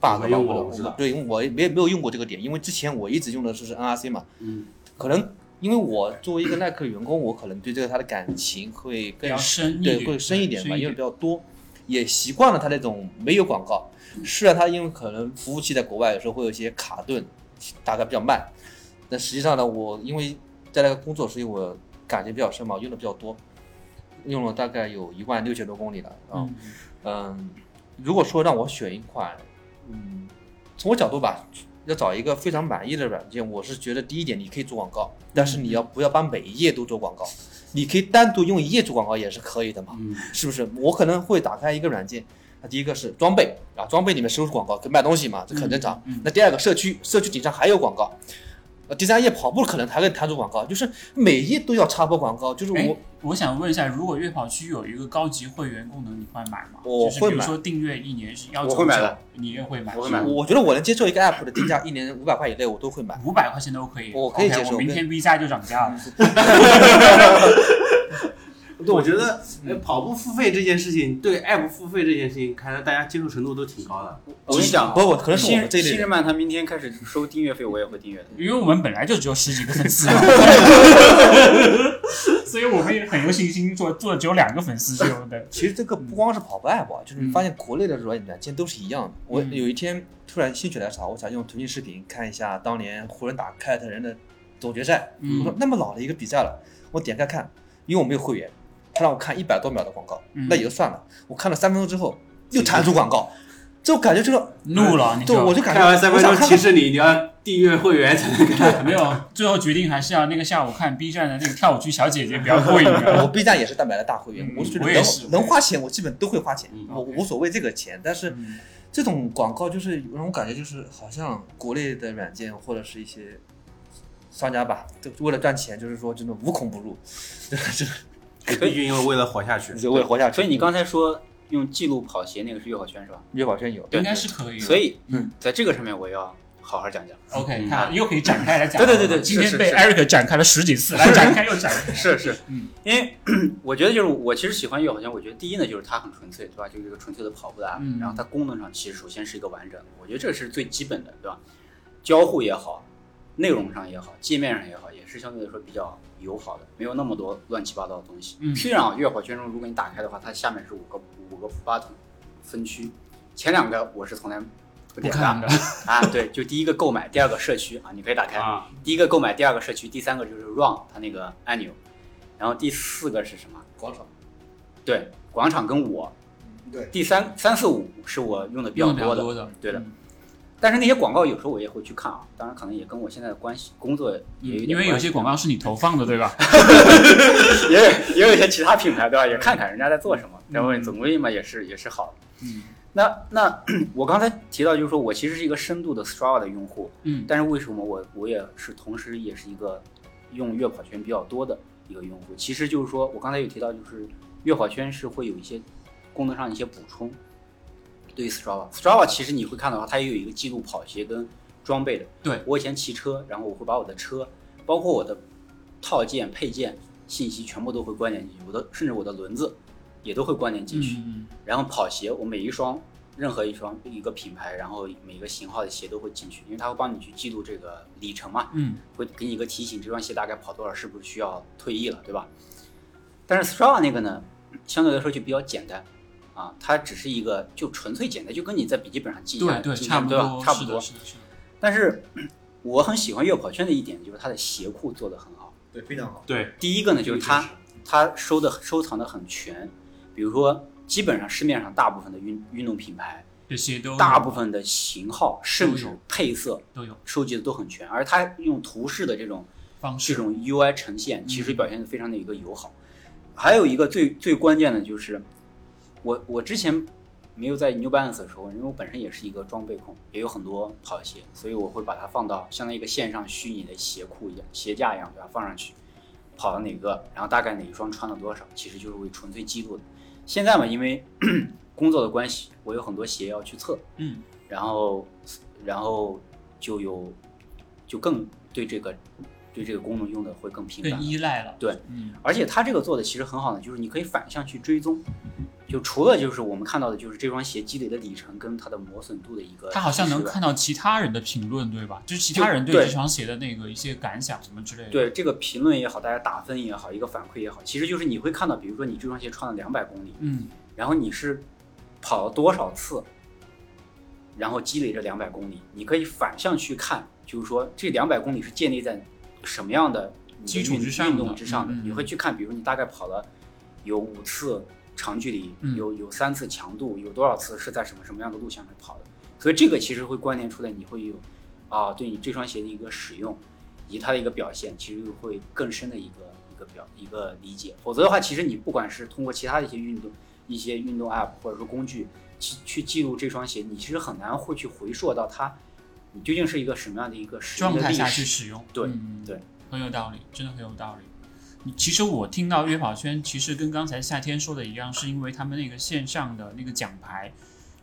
C: bug 吧。
A: 没用过
C: 我
A: 我不知道
C: 对，因为我也没有没有用过这个点，因为之前我一直用的就是 NRC 嘛，
A: 嗯，
C: 可能因为我作为一个耐克员工，我可能对这个它的感情会
B: 比
C: 更
B: 较深一点，
C: 对会深一点吧，因为
B: 一
C: 比较多，也习惯了它那种没有广告。虽然它因为可能服务器在国外有时候会有一些卡顿，打开比较慢，但实际上呢，我因为在那个工作，所以我感觉比较深嘛，我用的比较多，用了大概有一万六千多公里了啊。
B: 嗯
C: 嗯，如果说让我选一款，嗯，从我角度吧，要找一个非常满意的软件，我是觉得第一点你可以做广告，但是你要不要把每一页都做广告？你可以单独用一页做广告也是可以的嘛，
A: 嗯
C: 是不是？我可能会打开一个软件，那第一个是装备啊，装备里面收入广告，跟卖东西嘛，这很正常。
B: 嗯嗯
C: 那第二个社区，社区顶上还有广告。呃，第三页跑步可能还会弹出广告，就是每页都要插播广告，就是
B: 哎
C: 我，
B: 我想问一下，如果月跑区有一个高级会员功能，你会买吗？
C: 我
B: 就是比
C: 会
B: 如
C: 买
B: 说订阅一年是幺
D: 我
B: 九
D: 会买
B: 九
D: 的，
B: 你也会买？
D: 我会买的
C: 我觉得我能接受一个 app 的定价一年五百块以内，我都会买。
B: 五百块钱都可以，
C: 我可以
B: OK，
C: 接受
B: 我明天 V 加就涨价了。
A: 我觉得
C: 嗯
A: 哎跑步付费这件事情，对 app 付费这件事情，看来大家接受程度都挺高的。
D: 我跟你讲啊，
C: 不不，可能是我
D: 新
C: 们这一类
D: 新
C: 人
D: 人。版他明天开始收订阅费，我也会订阅的。
B: 因为我们本来就只有十几个粉丝，所以我们也很有信心做做只有两个粉丝这种的。
C: 其实这个不光是跑步 app，啊就是你发现国内的软软件都是一样的。我
B: 嗯
C: 有一天突然兴趣来潮，我想用腾讯视频看一下当年湖人打凯尔特人的总决赛。
B: 嗯
C: 我说那么老的一个比赛了，我点开看，因为我没有会员，他让我看一百多秒的广告，
B: 嗯
C: 那也就算了。我看了三分钟之后又弹出广告，这我感觉这个，
B: 怒了，你
C: 对，我就感觉
A: 看完三分钟
C: 我，想看
A: 提示你你要订阅会员才能看。
B: 没有，最后决定还是要那个下午看 B 站的那个跳舞区小姐姐比较过瘾
C: 我
B: 啊。
C: B 站也是蛋白的大会员
B: 嗯，
C: 我是觉
B: 我
C: 得
B: 也是嗯
C: 能能花钱，我基本都会花钱
A: 嗯，
C: 我
B: OK
C: 无所谓这个钱。但是这种广告就是让我感觉就是好像国内的软件或者是一些商家吧，就为了赚钱，就是说真的无孔不入，就是
A: 毕竟因为为了活下去，
C: 就为了活下去。
D: 所以你刚才说用记录跑鞋那个是月跑圈是吧？
C: 月宝圈有
B: 应该是可以的。
D: 所以
B: 嗯
D: 在这个上面我要好好讲讲。
B: OK，
A: 嗯
B: 看好又可以展开来讲了。
D: 对对对对
B: 今天
D: 是
B: 被
D: 是
B: Eric 展开了十几次，来展开又展开。
D: 是是，
B: 嗯，
D: 因为 我觉得就是我其实喜欢越野好像我觉得第一呢就是它很纯粹，对吧？就是一个纯粹的跑步的 app，、
B: 嗯
D: 然后它功能上其实首先是一个完整，我觉得这是最基本的，对吧？交互也好，内容上也好，界面上也好，也是相对来说比较友好的，没有那么多乱七八糟的东西。
B: 嗯
D: 虽然啊，越野跑圈中如果你打开的话，它下面是五个五个 button 分区，前两个我是从来不
B: 不
D: 点
B: 看
D: 的
B: 的，
D: 啊，对，就第一个购买，第二个社区啊，你可以打开。
A: 啊，
D: 第一个购买，第二个社区，第三个就是 run 它那个按钮，然后第四个是什么？
C: 广场，
D: 对，广场跟我，
C: 对，
D: 第三三四五是我用的比较
B: 用
D: 多的，
B: 多的，嗯
D: 对的。但是那些广告有时候我也会去看啊，当然可能也跟我现在的关系工作也有一点
B: 因为有些广
D: 告
B: 告是你投放的，对吧？
D: 也有也有一些其他品牌对吧？也看看人家在做什么，然后总归嘛也是也是好的。
B: 嗯
D: 那那 我刚才提到就是说我其实是一个深度的 Strava 的用户，
B: 嗯
D: 但是为什么我我也是同时也是一个用月跑圈比较多的一个用户？其实就是说我刚才有提到，就是月跑圈是会有一些功能上的一些补充。对于 Strava，Strava 其实你会看到它也有一个记录跑鞋跟装备的。
B: 对
D: 我以前骑车，然后我会把我的车，包括我的套件配件信息全部都会关联进去，我的甚至我的轮子也都会关联进去。
B: 嗯
D: 然后跑鞋，我每一双任何一双一个品牌，然后每个型号的鞋都会进去，因为它会帮你去记录这个里程嘛，
B: 嗯
D: 会给你一个提醒，这双鞋大概跑多少，是不是需要退役了，对吧？但是 Strava 那个呢，相对来说就比较简单啊，它只是一个就纯粹简单，就跟你在笔记本上记一下
B: 嗯对对，
D: 今天
B: 差不
D: 对吧
B: 多，
D: 差不
B: 是
D: 多
B: 的，。是的，是的。
D: 但是我很喜欢越野跑圈的一点就是它的鞋库做得很好。
C: 对，非常好。
A: 对，
D: 第一个呢，就是它它收的收藏的很全，比如说基本上市面上大部分的运运动品牌，
B: 这些都
D: 大部分的型号甚至
B: 都有
D: 配色
B: 都有
D: 收集的都很全，而它用图示的这种
B: 方式，嗯
D: 这种 UI 呈现，其实表现的非常的一个友好。还有一个最最关键的就是，我我之前没有在 New Balance 的时候，因为我本身也是一个装备控，也有很多跑鞋，所以我会把它放到相当于一个线上虚拟的鞋库一样，鞋架一样，把它放上去，跑到哪个，然后大概哪一双穿了多少，其实就是会纯粹记录的。现在嘛，因为 工作的关系，我有很多鞋要去测，
B: 嗯，
D: 然后然后就有就更对这个对这个功能用的会更频繁
B: 更
D: 了。
B: 依赖了。
D: 对，
B: 嗯
D: 而且它这个做的其实很好呢，就是你可以反向去追踪，就除了就是我们看到的就是这双鞋积累的里程跟它的磨损度的一个，
B: 他好像能看。到其他人的评论，对吧？就是其他人对
D: 对
B: 这双鞋的那个一些感想什么之类的。，
D: 对这个评论也好，大家打分也好，一个反馈也好，其实就是你会看到，比如说你这双鞋穿了两百公里，
B: 嗯，
D: 然后你是跑了多少次，然后积累这两百公里，你可以反向去看，就是说这两百公里是建立在什么样的你的
B: 基础
D: 运
B: 之上的
D: 运动之上的
B: 嗯嗯嗯
D: 你会去看，比如你大概跑了有五次长距离，
B: 嗯
D: 有有三次强度，有多少次是在什么什么样的路线上跑的，所以这个其实会关联出来，你会有啊对你这双鞋的一个使用。以及它的一个表现，其实会更深的一个一个表一个理解。否则的话，其实你不管是通过其他的一些运动、一些运动 app 或者说工具去去记录这双鞋，你其实很难会去回溯到它，你究竟是一个什么样的一个使用
B: 状
D: 的
B: 态
D: 历
B: 下去
D: 史。
B: 使用。
D: 对
B: 嗯
D: 对，
B: 很有道理，真的很有道理。你其实我听到约跑圈，其实跟刚才夏天说的一样，是因为他们那个线上的那个奖牌，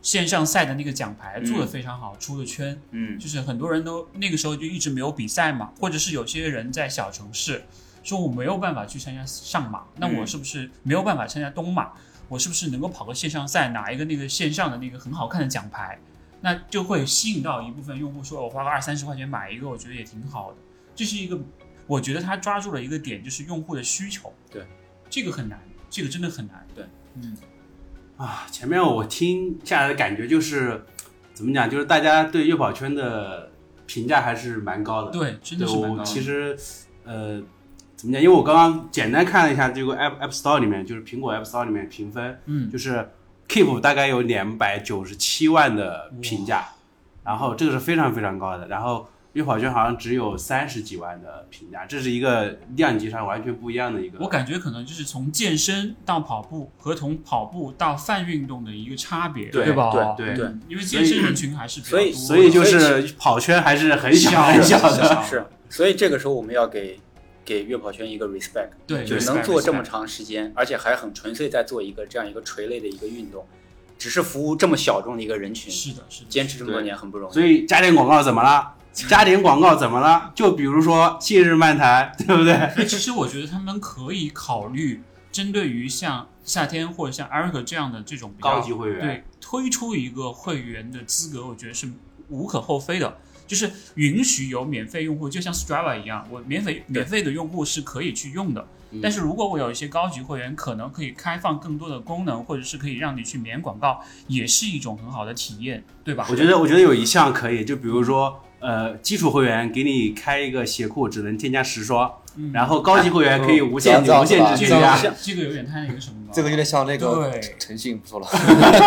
B: 线上赛的那个奖牌做的
D: 嗯
B: 非常好，出的圈。
D: 嗯，
B: 就是很多人都那个时候就一直没有比赛嘛，或者是有些人在小城市说我没有办法去参加上马，那
A: 嗯
B: 我是不是没有办法参加东马？我是不是能够跑个线上赛，拿一个那个线上的那个很好看的奖牌？那就会吸引到一部分用户，说我花个二三十块钱买一个，我觉得也挺好的。这是一个，我觉得他抓住了一个点，就是用户的需求。
D: 对，
B: 这个很难，这个真的很难。
D: 对，
B: 嗯，
A: 啊，前面我听下来的感觉就是，怎么讲，就是大家对月跑圈的评价还是蛮高的。
B: 对，真的
A: 对，
B: 是蛮高
A: 我
B: 的。
A: 其实呃，怎么讲？因为我刚刚简单看了一下这个 App App Store 里面，就是苹果 App Store 里面评分，
B: 嗯
A: 就是 Keep 大概有两百九十七万的评价，然后这个是非常非常高的，然后。月跑圈好像只有三十几万的评价，这是一个量级上完全不一样的一个。
B: 我感觉可能就是从健身到跑步和从跑步到泛运动的一个差别，
A: 对
B: 吧？
A: 对
D: 对
B: 嗯因为健身人群还是比较
D: 所以
B: 多的
A: 所以就
D: 所
A: 是跑圈还是很
B: 小
A: 小很小
B: 是
A: 的。
B: 小
D: 是。所以这个时候我们要给给月跑圈一个 respect，
B: 对，
D: 就
B: respect，
D: 能做这么
B: respect
D: 长时间，而且还很纯粹在做一个这样一个垂类的一个运动，只是服务这么小众的一个人群，
B: 是的，是的，
D: 坚持这么多
A: 对
D: 年很不容易。
A: 所以加点广告怎么了？加点广告怎么了？就比如说信日漫谈，对不 对？
B: 哎，其实我觉得他们可以考虑针对于像夏天或者像 Eric 这样的这种比较
A: 高级会员，
B: 对，推出一个会员的资格，我觉得是无可厚非的，就是允许有免费用户，就像 Strava 一样，我免费免费的用户是可以去用的。
A: 嗯
B: 但是如果我有一些高级会员，可能可以开放更多的功能，或者是可以让你去免广告，也是一种很好的体验，对吧？
A: 我觉得我觉得有一项可以，就比如说呃，基础会员给你开一个鞋库，只能添加十双，
B: 嗯
A: 然后高级会员可以无限
C: 这样
A: 无限
C: 子
A: 制
B: 这
A: 添
C: 这样
A: 加
C: 子。
B: 个这个有点太那个什么了，
C: 这个有点像那 个
B: 对
C: 腾 讯，不错了，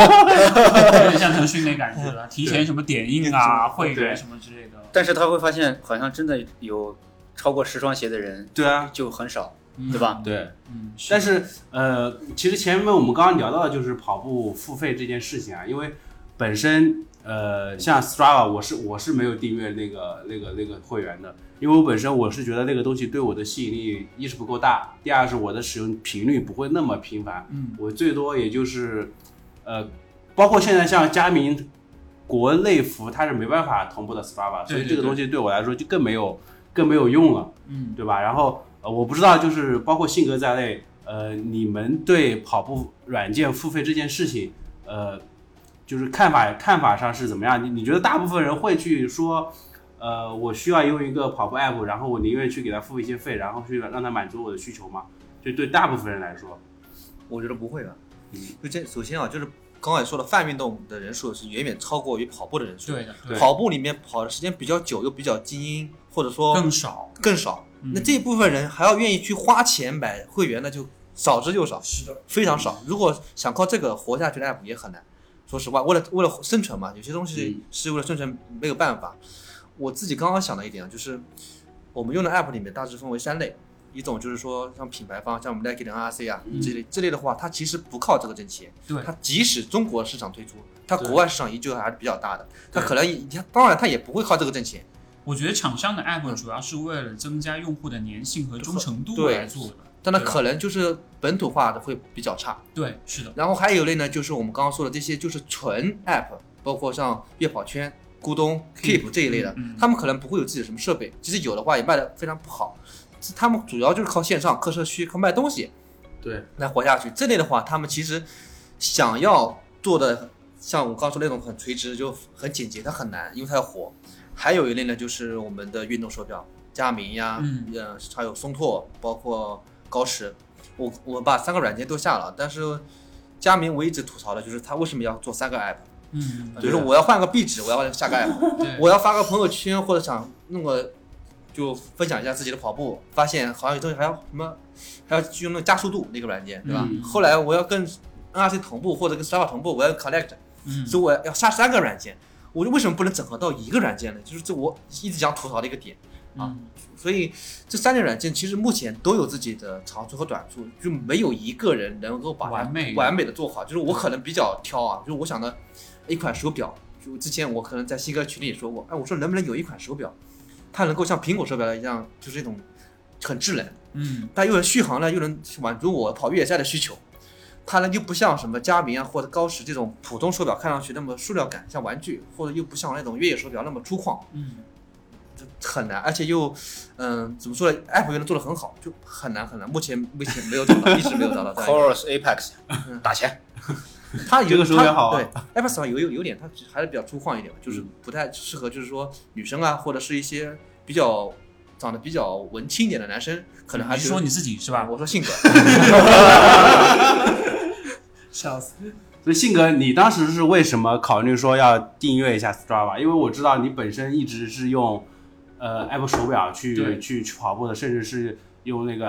B: 有点像腾讯那感觉了，提前什么点映啊、会
A: 对
B: 员什么之类的。
D: 但是他会发现，好像真的有超过十双鞋的人
A: 对啊，
D: 就很少。
B: 嗯
D: 对吧？
A: 对。
B: 嗯，
A: 但是呃，其实前面我们刚刚聊到的就是跑步付费这件事情啊，因为本身呃，像 Strava，我是我是没有订阅那个那个那个会员的，因为我本身我是觉得那个东西对我的吸引力一是不够大，第二是我的使用频率不会那么频繁，
B: 嗯，
A: 我最多也就是呃，包括现在像佳明。国内服它是没办法同步的 Strava，所以
B: 对对
A: 这个
B: 对
A: 东西对我来说就更没有更没有用了。
B: 嗯
A: 对吧？然后呃，我不知道，就是包括信哥在内，呃，你们对跑步软件付费这件事情，呃，就是看法看法上是怎么样？你你觉得大部分人会去说，呃，我需要用一个跑步 app，然后我宁愿去给他付一些费，然后去让他满足我的需求吗？就对大部分人来说，
C: 我觉得不会吧
A: 嗯。
C: 就这，首先啊，就是刚才说的泛运动的人数是远远超过于跑步的人数。
B: 对的，
A: 对
C: 跑步里面跑的时间比较久，又比较精英，或者说
B: 更少。
C: 更少。
B: 嗯
C: 那这部分人还要愿意去花钱买会员，那就少之又少，
B: 是的，
C: 非常少。如果想靠这个活下去的 app 也很难。说实话，为了为了生存嘛，有些东
B: 嗯
C: 西是为了生存没有办法。我自己刚刚想到一点啊，就是我们用的 app 里面大致分为三类，一种就是说像品牌方，像我们 Nike 的 NRC 啊
B: 嗯
C: 这类这类的话，它其实不靠这个挣钱。
B: 对
C: 它即使中国市场推出，它
A: 对
C: 国外市场依旧还是比较大的。它
A: 对
C: 可能也它当然它也不会靠这个挣钱。
B: 我觉得厂商的 app 主要是为了增加用户的粘性和忠诚度
C: 嗯对
B: 来做的。
C: 但它
B: 对吧啊
C: 可能就是本土化的会比较差。
B: 对，是的，
C: 然后还有一类呢，就是我们刚刚说的这些，就是纯 app，包括像悦跑圈、咕咚、
B: Keep
C: Keep 这一类的
B: 嗯嗯，
C: 他们可能不会有自己的什么设备，即使有的话也卖的非常不好。他们主要就是靠线上、靠社区、靠卖东西
A: 对，
C: 来活下去。这类的话，他们其实想要做的，像我刚刚说那种很垂直，就很简洁，它很难，因为它要火。还有一类呢，就是我们的运动手表，佳明呀，
B: 嗯
C: 呃，还有松拓，包括高驰，我我把三个软件都下了，但是佳明我一直吐槽的就是他为什么要做三个 app，
B: 嗯，
C: 就
A: 对
C: 是我要换个壁纸，我要下个 app，
B: 对，
C: 我要发个朋友圈或者想弄个就分享一下自己的跑步，发现好像有东西还要什么还要去用那个加速度那个软件，对吧？
B: 嗯
C: 后来我要跟 NRC 同步或者跟 Strava 同步，我要 collect，
B: 嗯，
C: 所以我要下三个软件，我就为什么不能整合到一个软件呢？就是这我一直想吐槽的一个点。啊
B: 嗯，
C: 所以这三类软件其实目前都有自己的长处和短处，就没有一个人能够把它
B: 完美的
C: 完美的做好。就是我可能比较挑啊，就是我想的一款手表，就之前我可能在新哥群里也说过，哎，我说能不能有一款手表，它能够像苹果手表一样，就是这种很智能，
B: 嗯，
C: 它又能续航呢，又能满足我跑越野赛的需求。它呢又不像什么佳明啊或者高驰这种普通手表看上去那么塑料感，像玩具，或者又不像那种越野手表那么粗犷。
B: 嗯，
C: 很难，而且又，嗯、怎么说呢？app 又能做的很好，就很难很难。目前目前没有找到，一直没有找 到。
D: Chorus Apex
C: 嗯
D: 打钱，
C: 它有
A: 这个手表好啊
C: 它对，app 上有有有点，它还是比较粗犷一点吧，
D: 嗯
C: 就是不太适合，就是说女生啊，或者是一些比较长得比较文青一点的男生，可能还
B: 嗯你
C: 是
B: 是说你自己是
C: 是
B: 吧？
C: 我说 性格，
B: 笑死，
A: 所以信哥，你当时是为什么考虑说要订阅一下 Strava？因为我知道你本身一直是用呃 Apple 手表去
B: 对
A: 去去跑步的，甚至是用那个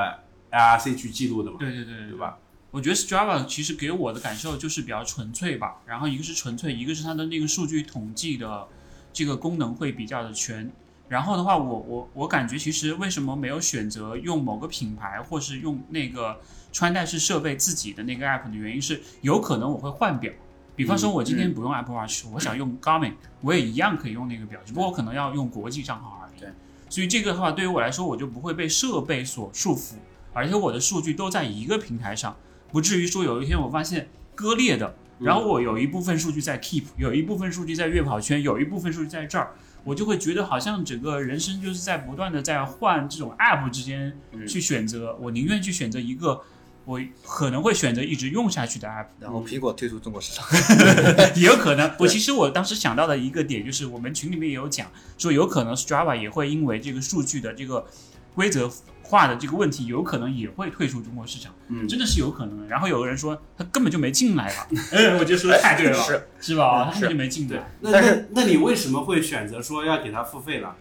A: IRC 去记录的嘛，
B: 对对对对
A: 对？吧？
B: 我觉得 Strava 其实给我的感受就是比较纯粹吧，然后一个是纯粹，一个是它的那个数据统计的这个功能会比较的全。然后的话，我我我感觉其实为什么没有选择用某个品牌或是用那个穿戴式设备自己的那个 app 的原因是，有可能我会换表。比方说，我今天不用 Apple Watch，、我想用 Garmin，我也一样可以用那个表，只不过我可能要用国际账号而已
D: 对。
B: 所以这个的话，对于我来说，我就不会被设备所束缚，而且我的数据都在一个平台上。不至于说有一天我发现割裂的，然后我有一部分数据在 Keep，有一部分数据在月跑圈，有一部分数据在这儿，我就会觉得好像整个人生就是在不断的在换这种 App 之间
D: 嗯
B: 去选择，我宁愿去选择一个我可能会选择一直用下去的 App。
C: 然后苹果退出中国市场，
B: 也有可能。我其实我当时想到的一个点就是，我们群里面也有讲说，有可能 Strava 也会因为这个数据的这个规则化的这个问题，有可能也会退出中国市场，
D: 嗯
B: 真的是有可能的。然后有个人说他根本就没进来 吧，哎，我觉得说的太对了，
D: 是
B: 是吧？他
D: 嗯是
B: 根本就没进来，
A: 那
D: 但
A: 那
D: 是
A: 那你为什么会选择说要给它付费了？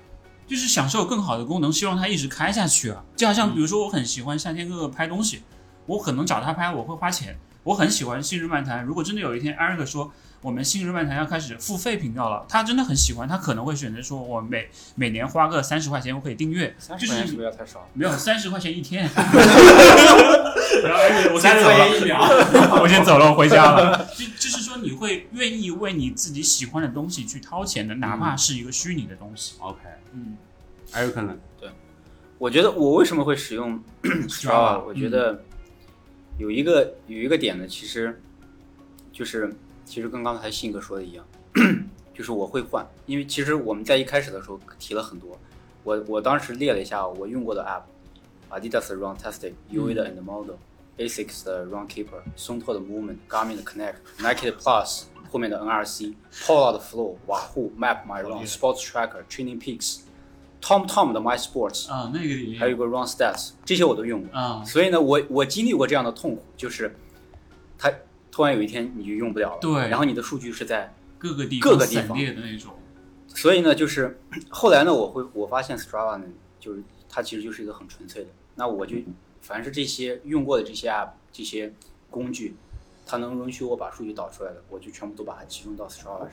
B: 就是享受更好的功能，希望它一直开下去啊。就好
D: 嗯
B: 像比如说，我很喜欢夏天哥哥拍东西，我可能找他拍，我会花钱。我很喜欢《新日漫谈》，如果真的有一天艾瑞克说我们《新日漫谈》要开始付费频道了，他真的很喜欢，他可能会选择说，我每每年花个三十块钱，我可以订阅，
D: 三
B: 就
D: 十块钱是
B: 是
D: 不是有点太少？
B: 没有三十块钱一 天。然后而且我先走了，
A: 一秒，
B: 我先走了，我回家了。 就就是说，你会愿意为你自己喜欢的东西去掏钱的，哪
D: 嗯
B: 怕是一个虚拟的东西。
A: OK，
B: 嗯，
A: 还有可能，
D: 我觉得我为什么会使用 Strava？我觉得有一个有一个点呢，其实就是其实跟刚才信哥说的一样， 就是我会换，因为其实我们在一开始的时候提了很多，我我当时列了一下我用过的 app，Adidas Run Tastic、UA 的 And Model、Asics 的 Run Keeper、松拓的 Movement、Garmin 的 Connect、Nike 的 Plus 后面的 NRC、Polar 的 Flow、瓦户、Map My Run、Sports Tracker、Training Peaks、Tom Tom 的 My Sports。
B: 啊，那个也
D: 还有一个 Run Stats，这些我都用过。
B: 啊，
D: 所以呢，我我经历过这样的痛苦，就是它突然有一天你就用不了了，
B: 对
D: 然后你的数据是在，
B: 各个地
D: 各个地
B: 散
D: 方
B: 裂的那种，
D: 所以呢，就是 后来呢，我会我发现 Strava 呢，就是它其实就是一个很纯粹的。那我就凡是这些用过的这些 App 这些工具，它能容许我把数据导出来的，我就全部都把它集中到 Strava 上。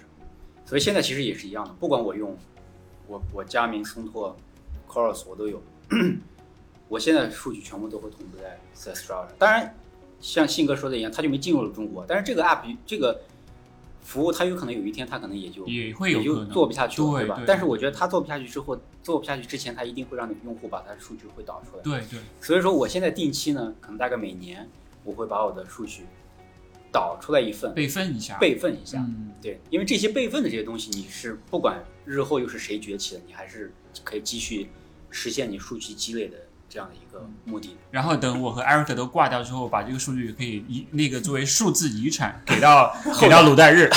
D: 所以现在其实也是一样的，不管我用我我佳明、松拓、Chorus 我都有， 我现在数据全部都会同步在在 Strava 上。当然，像信哥说的一样，它就没进入中国，但是这个 App 这个服务，它有可能有一天它可能也就
B: 也会有
D: 也
B: 可
D: 就
B: 能
D: 做不下去了，
B: 对
D: 吧
B: 对？
D: 但是我觉得它做不下去之后，做不下去之前，它一定会让你用户把它的数据会导出来。
B: 对对，
D: 所以说，我现在定期呢，可能大概每年我会把我的数据导出来一份，
B: 备份一下，
D: 备份一下。
B: 嗯，
D: 对，因为这些备份的这些东西，你是不管日后又是谁崛起的，你还是可以继续实现你数据积累的这样的一
B: 嗯
D: 个目的。
B: 然后等我和 Eric 都挂掉之后，把这个数据可以遗那个作为数字遗产给到给到鲁代 日，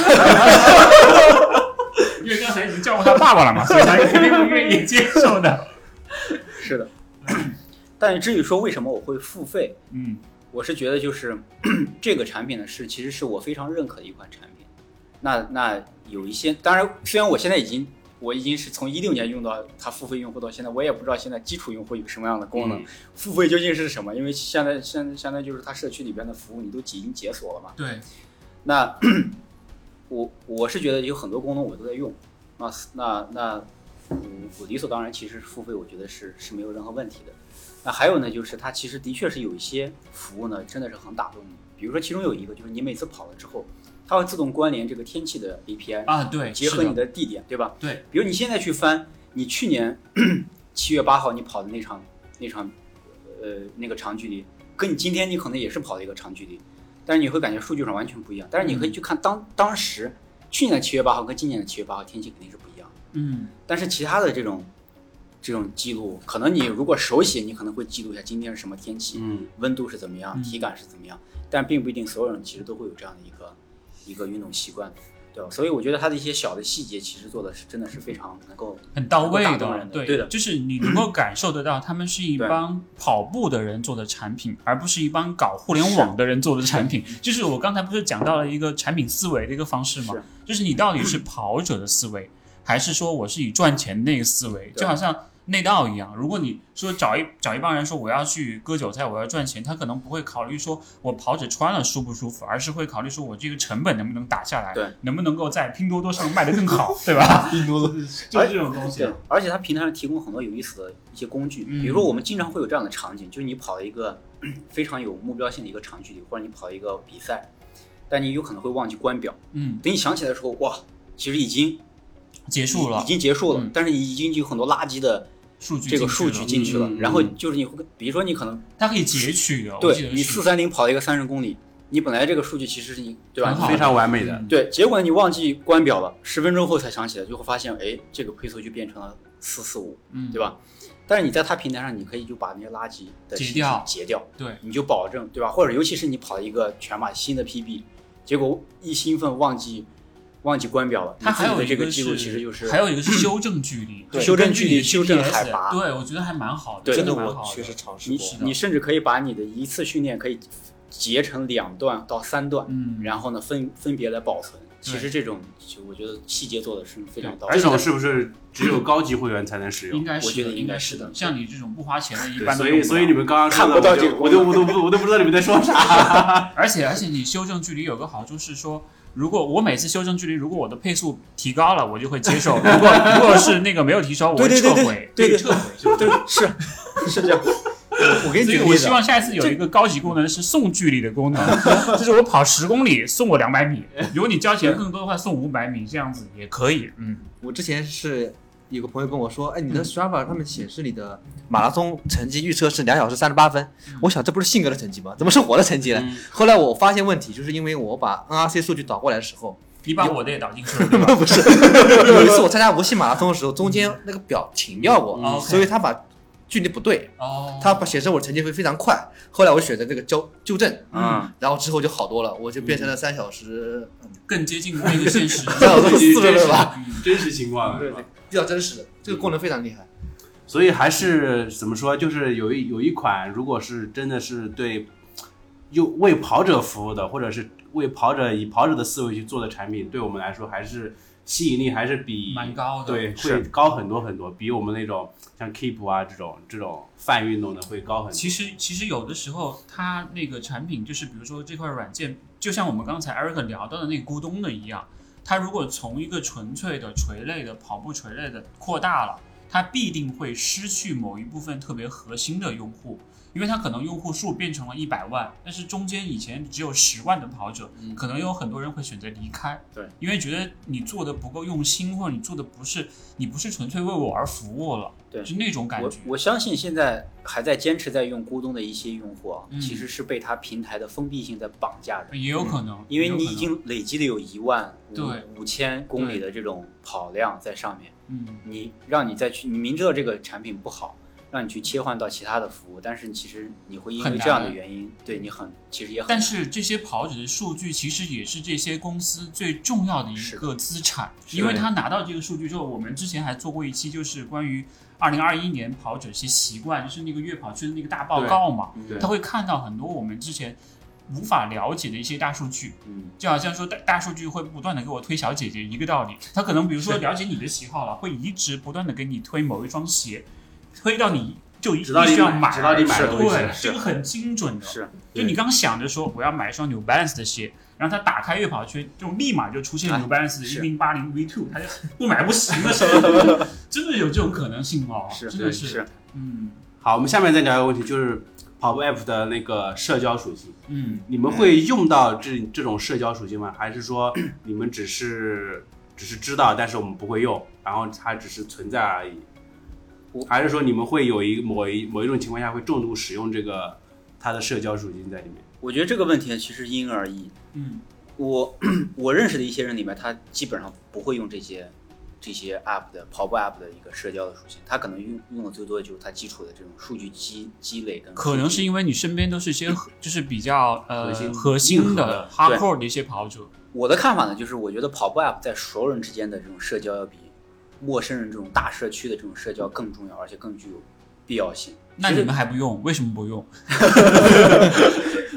B: 因为刚才已经叫过他爸爸了 嘛，所以他肯定不愿意接受的。
D: 是的。但至于说为什么我会付费，
B: 嗯，
D: 我是觉得就是 这个产品呢，是其实是我非常认可的一款产品。那那有一些，当然，虽然我现在已经我已经是从一六年用到它付费用户到现在，我也不知道现在基础用户有什么样的功能，付费究竟是什么？因为现在现在相当于就是它社区里边的服务你都已经解锁了嘛。
B: 对，
D: 那 我我是觉得有很多功能我都在用，那那那嗯，我理所当然，其实付费我觉得是是没有任何问题的。那还有呢，就是它其实的确是有一些服务呢，真的是很打动你。比如说其中有一个就是你每次跑了之后，它会自动关联这个天气的 API，、
B: 啊，对，
D: 结
B: 是
D: 合
B: 的
D: 你的地点，对吧？
B: 对。
D: 比如你现在去翻你去年 七月八号你跑的那场那场呃那个长距离，跟你今天你可能也是跑的一个长距离，但是你会感觉数据上完全不一样。但是你
B: 嗯
D: 可以去看当、当时去年的七月八号跟今年的七月八号天气肯定是不一样的。
B: 嗯，
D: 但是其他的这种这种记录，可能你如果手写，你可能会记录一下今天是什么天气，
A: 嗯，
D: 温度是怎么样，
B: 嗯
D: 体感是怎么样，但并不一定所有人其实都会有这样的一个一个运动习惯，对吧？所以我觉得它的一些小的细节，其实做的是真的是非常能够
B: 很到位
D: 能够打动
B: 的
D: 人，的
B: 对
D: 对的
B: 就是你能够感受得到，他们是一
D: 对
B: 帮跑步的人做的产品，而不是一帮搞互联网的人做的产品。就是我刚才不是讲到了一个产品思维的一个方式吗
D: 是？
B: 就是你到底
D: 嗯
B: 是跑者的思维，还是说我是以赚钱那个思维？
D: 对
B: 就好像内道一样，如果你说找一找一帮人说我要去割韭菜，我要赚钱，他可能不会考虑说我跑者穿了舒不舒服，而是会考虑说我这个成本能不能打下来，
D: 对，
B: 能不能够在拼多多上卖得更 好，对吧？拼多多就是这种东西
A: 哎
D: 对。，而且它平台上提供很多有意思的一些工具，
B: 嗯
D: 比如说我们经常会有这样的场景，就是你跑一个 嗯非常有目标性的一个长距离，或者你跑一个比赛，但你有可能会忘记关表，
B: 嗯，
D: 等你想起来的时候，哇，其实已经
B: 结束
D: 已
B: 了，
D: 经结束了，
B: 嗯
D: 但是已经有很多垃圾的
B: 数据
D: 这个
B: 进去
D: 数
B: 了
D: 据进去了，
A: 嗯嗯
D: 然后就是你会，比如说你可能
B: 它可以截取的。我记
D: 对
B: 得
D: 你
B: 是
D: 四三零跑了一个三十公里，你本来这个数据其实是你对吧
B: 很好？的
A: 非常完美的。
B: 嗯
D: 对，结果你忘记关表了，十分钟后才想起来，就会发现，哎，这个配速就变成了四四五，
B: 嗯，
D: 对吧？但是你在它平台上，你可以就把那些垃圾的
B: 截
D: 信息
B: 掉
D: 截掉，
B: 对，
D: 你就保证对吧？或者尤其是你跑一个全马新的 PB，结果一兴奋忘记忘记关表了，
B: 它还
D: 你
B: 有
D: 自己
B: 一
D: 的这个记
B: 是
D: 录其实就是
B: 还有一个是修正距离，
C: 对
D: 修正
B: 距
D: 距离
B: 去
D: 修正
B: GPS
D: 海拔
B: 对我觉得还蛮好的，
D: 对
B: 真
C: 这
B: 的
C: 个
B: 蛮
C: 我
B: 好
C: 确
B: 的。
C: 实尝试
D: 你
C: 过。
D: 你甚至可以把你的一次训练可以截成两段到三段，
B: 嗯，
D: 然后呢分分别来保存。
B: 对
D: 其实这种就我觉得细节做的是非常到位
A: 这
D: 的。
A: 种是不是只有高级会员才能使
B: 应
A: 用？
B: 该
D: 我
B: 是
D: 觉
B: 的，
D: 得
B: 应
D: 应
B: 该
D: 该
B: 是
D: 是
B: 的。
D: 的
B: 像你这种不花钱的，一
A: 对
B: 般都
A: 所
B: 用
A: 以
B: 不
A: 所以
B: 了
A: 你们刚刚说的
D: 看不到这个
A: 我就我就我都我都我都不知道你们在 说啥。
B: 而且而且你修正距离有个好处是说，如果我每次修正距离，如果我的配速提高了，我就会接受；如果如果是那个没有提高，我会
D: 对对
B: 撤
D: 对
B: 回，
D: 对对
B: 撤回。是吧
D: 对，是是这样。我给你
B: 所以
D: 举个
B: 我
D: 例子
B: 希
D: 啊，
B: 望下一次有一个高级功能是送距离的功能， 就是我跑十公里送我两百米，如果你交钱更多的话送五百米，这样子也可以。嗯，
C: 我之前是有个朋友跟我说，哎，你的 Strava 上面显示你的
B: 嗯
C: 马拉松成绩预测是两小时三十八分，我想这不是信哥的成绩吗？怎么是我的成绩
B: 嗯
C: 呢？后来我发现问题，就是因为我把 NRC 数据导过来的时候，
B: 你把我的也导进去了，对吧？
C: 不 是有一次我参加无锡马拉松的时候，中间那个表停掉过，
B: 嗯
C: 所以他把距离不对，
B: 哦，
C: 他把显示我成绩会非常快。后来我选择这个纠纠正，
D: 嗯，
C: 然后之后就好多了，我就变成了三小时，嗯
B: 更接近那个现 实。
C: 三小时四十分吧，
B: 嗯
A: 真实情况
C: 对对，比较真实的，这个功能非常厉害。
A: 所以还是怎么说，就是有一有一款，如果是真的是对又为跑者服务的，或者是为跑者以跑者的思维去做的产品，对我们来说还是吸引力还是比
B: 蛮高的
A: 对，会
D: 是
A: 高很多很多，比我们那种像 Keep 啊这种这种泛运动的会高很多。
B: 其实其实有的时候，它那个产品就是，比如说这块软件，就像我们刚才 Eric 聊到的那个咕咚的一样，它如果从一个纯粹的垂类的跑步垂类的扩大了，它必定会失去某一部分特别核心的用户，因为它可能用户数变成了一百万，但是中间以前只有十万的跑者，
D: 嗯
B: 可能有很多人会选择离开，
D: 对，
B: 因为觉得你做的不够用心，或者你做的不是你不是纯粹为我而服务了，
D: 对
B: 就那种感
D: 我
B: 觉，
D: 我相信现在还在坚持在用咕咚的一些用户啊，
B: 嗯
D: 其实是被它平台的封闭性在绑架着，
B: 也有可能，
D: 嗯因为
B: 也有
D: 你
B: 可
D: 已经累积了有一万
B: 对
D: 五五千公里的这种跑量在上面，
B: 能嗯。
D: 你让你再去，你明知道这个产品不好，让你去切换到其他的服务，但是其实你会因
B: 很
D: 为
B: 难
D: 这样的原因，对你很其实也很
B: 但是这些跑者的数据其实也是这些公司最重要的一
D: 是
B: 个资产，
D: 是的
B: 因为他拿到这个数据之后，我们之前还做过一期就是关于二零二一年跑者一些习惯，就是那个月跑圈的那个大报告嘛，
D: 嗯
A: 对
B: 他会看到很多我们之前无法了解的一些大数据。
D: 嗯
B: 就好像说大大数据会不断的给我推小姐姐一个道理，他可能比如说了解你的喜好了，会一直不断的给你推某一双鞋，推到你就一
A: 直到你
B: 必须要
A: 买
B: 买，
A: 直到你买
B: 是
A: 了为止
B: 对，
D: 是
B: 这个很精准的。
D: 是
B: 就你刚想着说我要买一双 New Balance 的鞋，然后他打开月跑圈，就立马就出现
D: 哎
B: New Balance 的一
D: 是
B: 零八零 V Two，他就不买不行 的时候， 真的有这种可能性哦，
D: 是
B: 真的
D: 是
B: 是，嗯
A: 好，我们下面再聊一个问题，就是跑步 App 的那个社交属性。
B: 嗯，
A: 你们会用到这这种社交属性吗？还是说你们只是 只是知道，但是我们不会用，然后它只是存在而已？还是说你们会有一某一某一种情况下会重度使用这个它的社交属性在里面？
D: 我觉得这个问题其实因人而异。
B: 嗯
D: 我 我认识的一些人里面，他基本上不会用这些这些 app 的跑步 app 的一个社交的属性，他可能用用的最多的就是它基础的这种数据积积累跟
B: 可能是因为你身边都是一些核就是比较呃
A: 嗯核心
B: 核心
A: 硬核
B: 的
A: 的
B: hardcore 的一些跑者，
D: 我的看法呢，就是我觉得跑步 app 在熟人之间的这种社交要比陌生人这种大社区的这种社交更重要，而且更具有必要性。
B: 那你们还不用，为什么不用？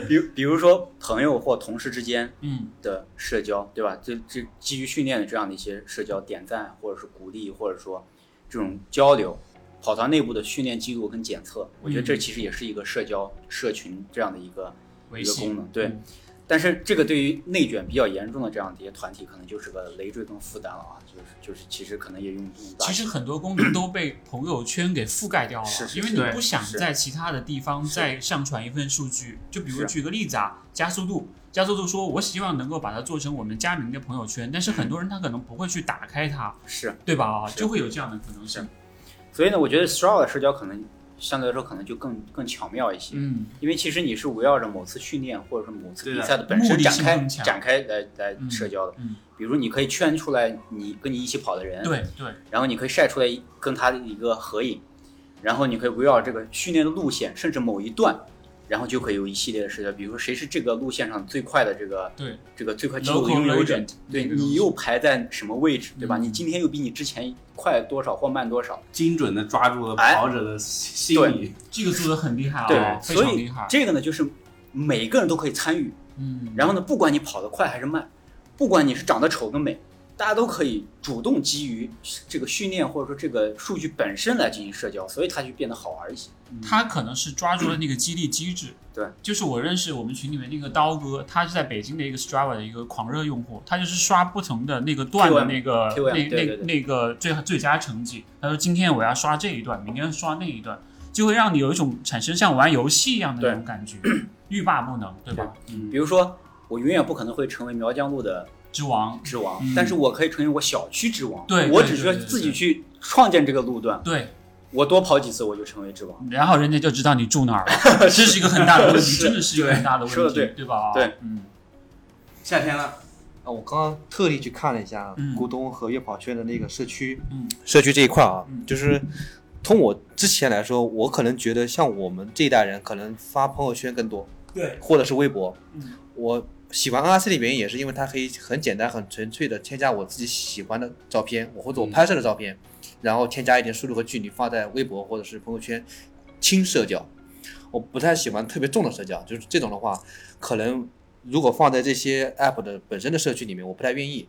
D: 比如比如说朋友或同事之间，
B: 嗯
D: 的社交，对吧？这这基于训练的这样的一些社交点赞，或者是鼓励，或者说这种交流，跑团内部的训练记录跟检测，我觉得这其实也是一个社交社群这样的一个
B: 嗯维
D: 一个
B: 系
D: 功能。对，
B: 嗯
D: 但是这个对于内卷比较严重的这样的一些团体，可能就是个累赘跟负担了啊，就是就是其实可能也用不大。
B: 其实很多功能都被朋友圈给覆盖掉了，
D: 是是
B: 因为
D: 是
B: 你
A: 对
B: 不想
D: 是
B: 在其他的地方再上传一份数据。就比如
D: 是
B: 举个例子啊，加速度，加速度说我希望能够把它做成我们佳明的朋友圈，但是很多人他可能不会去打开它，
D: 是，
B: 对吧？啊，
D: 是
B: 就会有这样的可能性。
D: 所以呢，我觉得 Strava 的社交可能相对来说可能就更更巧妙一些。
B: 嗯，
D: 因为其实你是围绕着某次训练或者是某次
A: 对
D: 比
A: 的
D: 赛的本身
B: 目的
D: 展
B: 性
D: 开
B: 更强
D: 展开来来
B: 嗯
D: 社交的，
B: 嗯
D: 比如你可以圈出来你跟你一起跑的人，，
B: 对对，
D: 然后你可以晒出来跟他的一个合影，然后你可以围绕这个训练的路线，甚至某一段，然后就可以有一系列的社交，比如说谁是这个路线上最快的这个
B: 对
D: 这个最快记录
B: local
D: 的拥有者
B: legend，，
D: 对
B: 那个东西
D: 你又排在什么位置，对吧？
B: 嗯哦
D: 你今天又比你之前快多少或慢多少？
A: 精准的抓住了
D: 哎
A: 跑者的心
D: 对
A: 理，
B: 这个做的很厉害啊，
D: 对，
B: 非
D: 所
B: 常厉
D: 以
B: 害。
D: 这个呢，就是每个人都可以参与。
B: 嗯，
D: 然后呢，不管你跑得快还是慢，不管你是长得丑跟美，大家都可以主动基于这个训练或者说这个数据本身来进行社交，所以它就变得好玩一些。
B: 他可能是抓住了那个激励机制。
D: 对，
B: 就是我认识我们群里面那个刀哥，他是在北京的一个 Strava 的一个狂热用户，他就是刷不同的那个段的
D: TOM
B: 那个那
D: TOM 对
B: 那
D: 对对
B: 那个最最佳成绩。他说今天我要刷这一段，明天刷那一段，就会让你有一种产生像玩游戏一样的那种感觉，欲罢不能，对吧？
D: 比如说，我永远不可能会成为苗江路的
B: 之王，
D: 之王，
B: 嗯
D: 但是我可以成为我小区之王。
B: 对
D: 我
B: 对
D: 只
B: 对
D: 需要
B: 对对
D: 自己
B: 对
D: 去创建这个路段，
B: 对，
D: 我多跑几次我就成为之王。
B: 然后人家就知道你住哪儿 了，这是一个很大的问题，
D: 是
B: 真的是一个很大的问
D: 说得
B: 题，
D: 对
B: 吧？
D: 对，
B: 嗯
A: 夏天了，
C: 啊，我刚刚特地去看了一下
B: 嗯
C: 咕咚和悦跑圈的那个社区，
B: 嗯，
C: 社区这一块啊
B: 嗯，
C: 就是从我之前来说，我可能觉得像我们这一代人，可能发朋友圈更多，
B: 对，
C: 或者是微博。
B: 嗯，
C: 我喜欢 RC 的原因也是因为它可以很简单、很纯粹的添加我自己喜欢的照片，我或者我拍摄的照片，然后添加一点速度和距离发在微博或者是朋友圈，轻社交。我不太喜欢特别重的社交，就是这种的话，可能如果放在这些 app 的本身的社区里面，我不太愿意，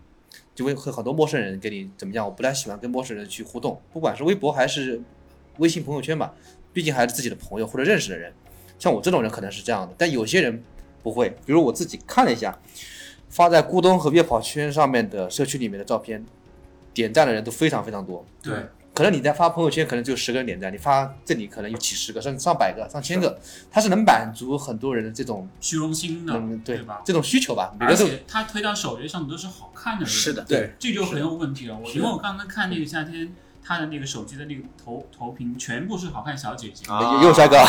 C: 就会和很多陌生人跟你怎么样，我不太喜欢跟陌生人去互动，不管是微博还是微信朋友圈吧，毕竟还是自己的朋友或者认识的人。像我这种人可能是这样的，但有些人不会，比如我自己看了一下，发在咕咚和悦跑圈上面的社区里面的照片，点赞的人都非常非常多。
B: 对，
C: 可能你在发朋友圈，可能就十个人点赞，你发这里可能有几十个，甚至上百个、上千个，它是能满足很多人的这种
B: 虚荣心的，
C: 嗯，对
B: 吧？
C: 这种需求吧。每
B: 而
C: 个都
B: 且他推到首页上的都是好看的，
D: 是的，
C: 对，
B: 这就很有问题了。我
D: 是的
B: 因为我刚刚看那个夏天，他的那个手机的那个头头屏全部是好看小姐姐，
A: 啊
C: 右下角，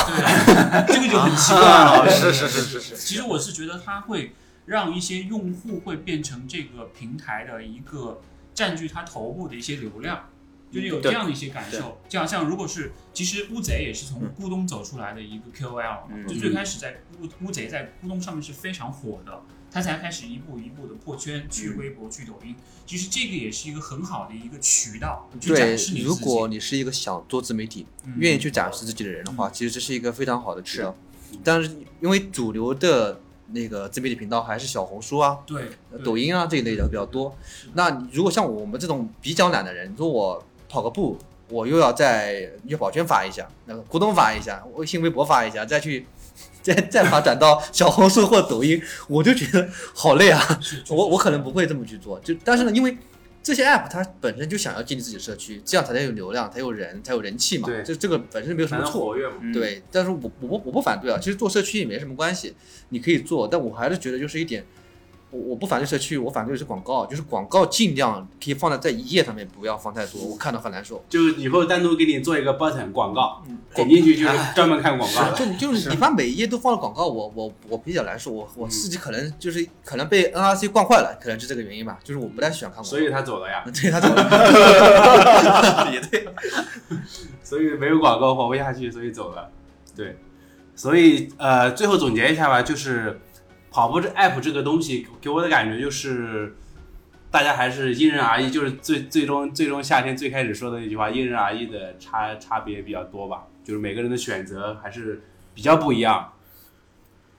B: 对，这个就很奇怪
D: 啊
B: 了。
D: 是是是是是，
B: 其实我是觉得它会让一些用户会变成这个平台的一个占据它头部的一些流量，就是有这样的一些感受。就好像如果是，其实乌贼也是从咕咚走出来的一个 KOL，、
C: 嗯
B: 就最开始在乌乌贼在咕咚上面是非常火的，它才开始一步一步的破圈，去
C: 嗯
B: 微博，去抖音。其实这个也是一个很好的一个渠道，去
C: 对
B: 展示你，自己。
C: 如果你是一个想做自媒体、
B: 嗯
C: 愿意去展示自己的人的话，其实这是一个非常好的渠道
D: 是嗯。
C: 但是因为主流的那个自媒体频道还是小红书啊、
B: 对
C: 抖
B: 音
C: 音啊这一类的比较多。那你如果像我们这种比较懒的人，你说我跑个步，我又要在月跑圈发一下，那个股东发一下，微信、微博发一下，再去 再再发展到小红书或抖音，我就觉得好累啊。我我可能不会这么去做，就但是呢，因为这些 app 它本身就想要建立自己的社区，这样才能有流量，才有人，才有人气嘛。
A: 对
C: 这这个本身没有什
A: 才
C: 么
A: 能
C: 错。
A: 活跃嘛。
D: 嗯，
C: 对，但是我我不我不反对啊，其实做社区也没什么关系，你可以做，但我还是觉得就是一点，我我不反对社区，我反对的是广告，就是广告尽量可以放在在一页上面，不要放太多，我看到很难受。
A: 就以后单独给你做一个 button 广告，点进去 就是专门看广告的。
C: 就就是你把每一页都放了广告，我我我比较难受，我我
A: 嗯
C: 自己可能就是可能被 NRC 惯坏了，可能是这个原因吧，就是我不太喜欢看广告。
A: 所以他走了呀，
C: 对他怎么了也对，
A: 所以没有广告活不下去，所以走了。对，所以呃，最后总结一下吧，就是跑步这 app 这个东西给我的感觉就是，大家还是因人而异，就是最最终最终夏天最开始说的那句话，因人而异的差差别比较多吧，就是每个人的选择还是比较不一样。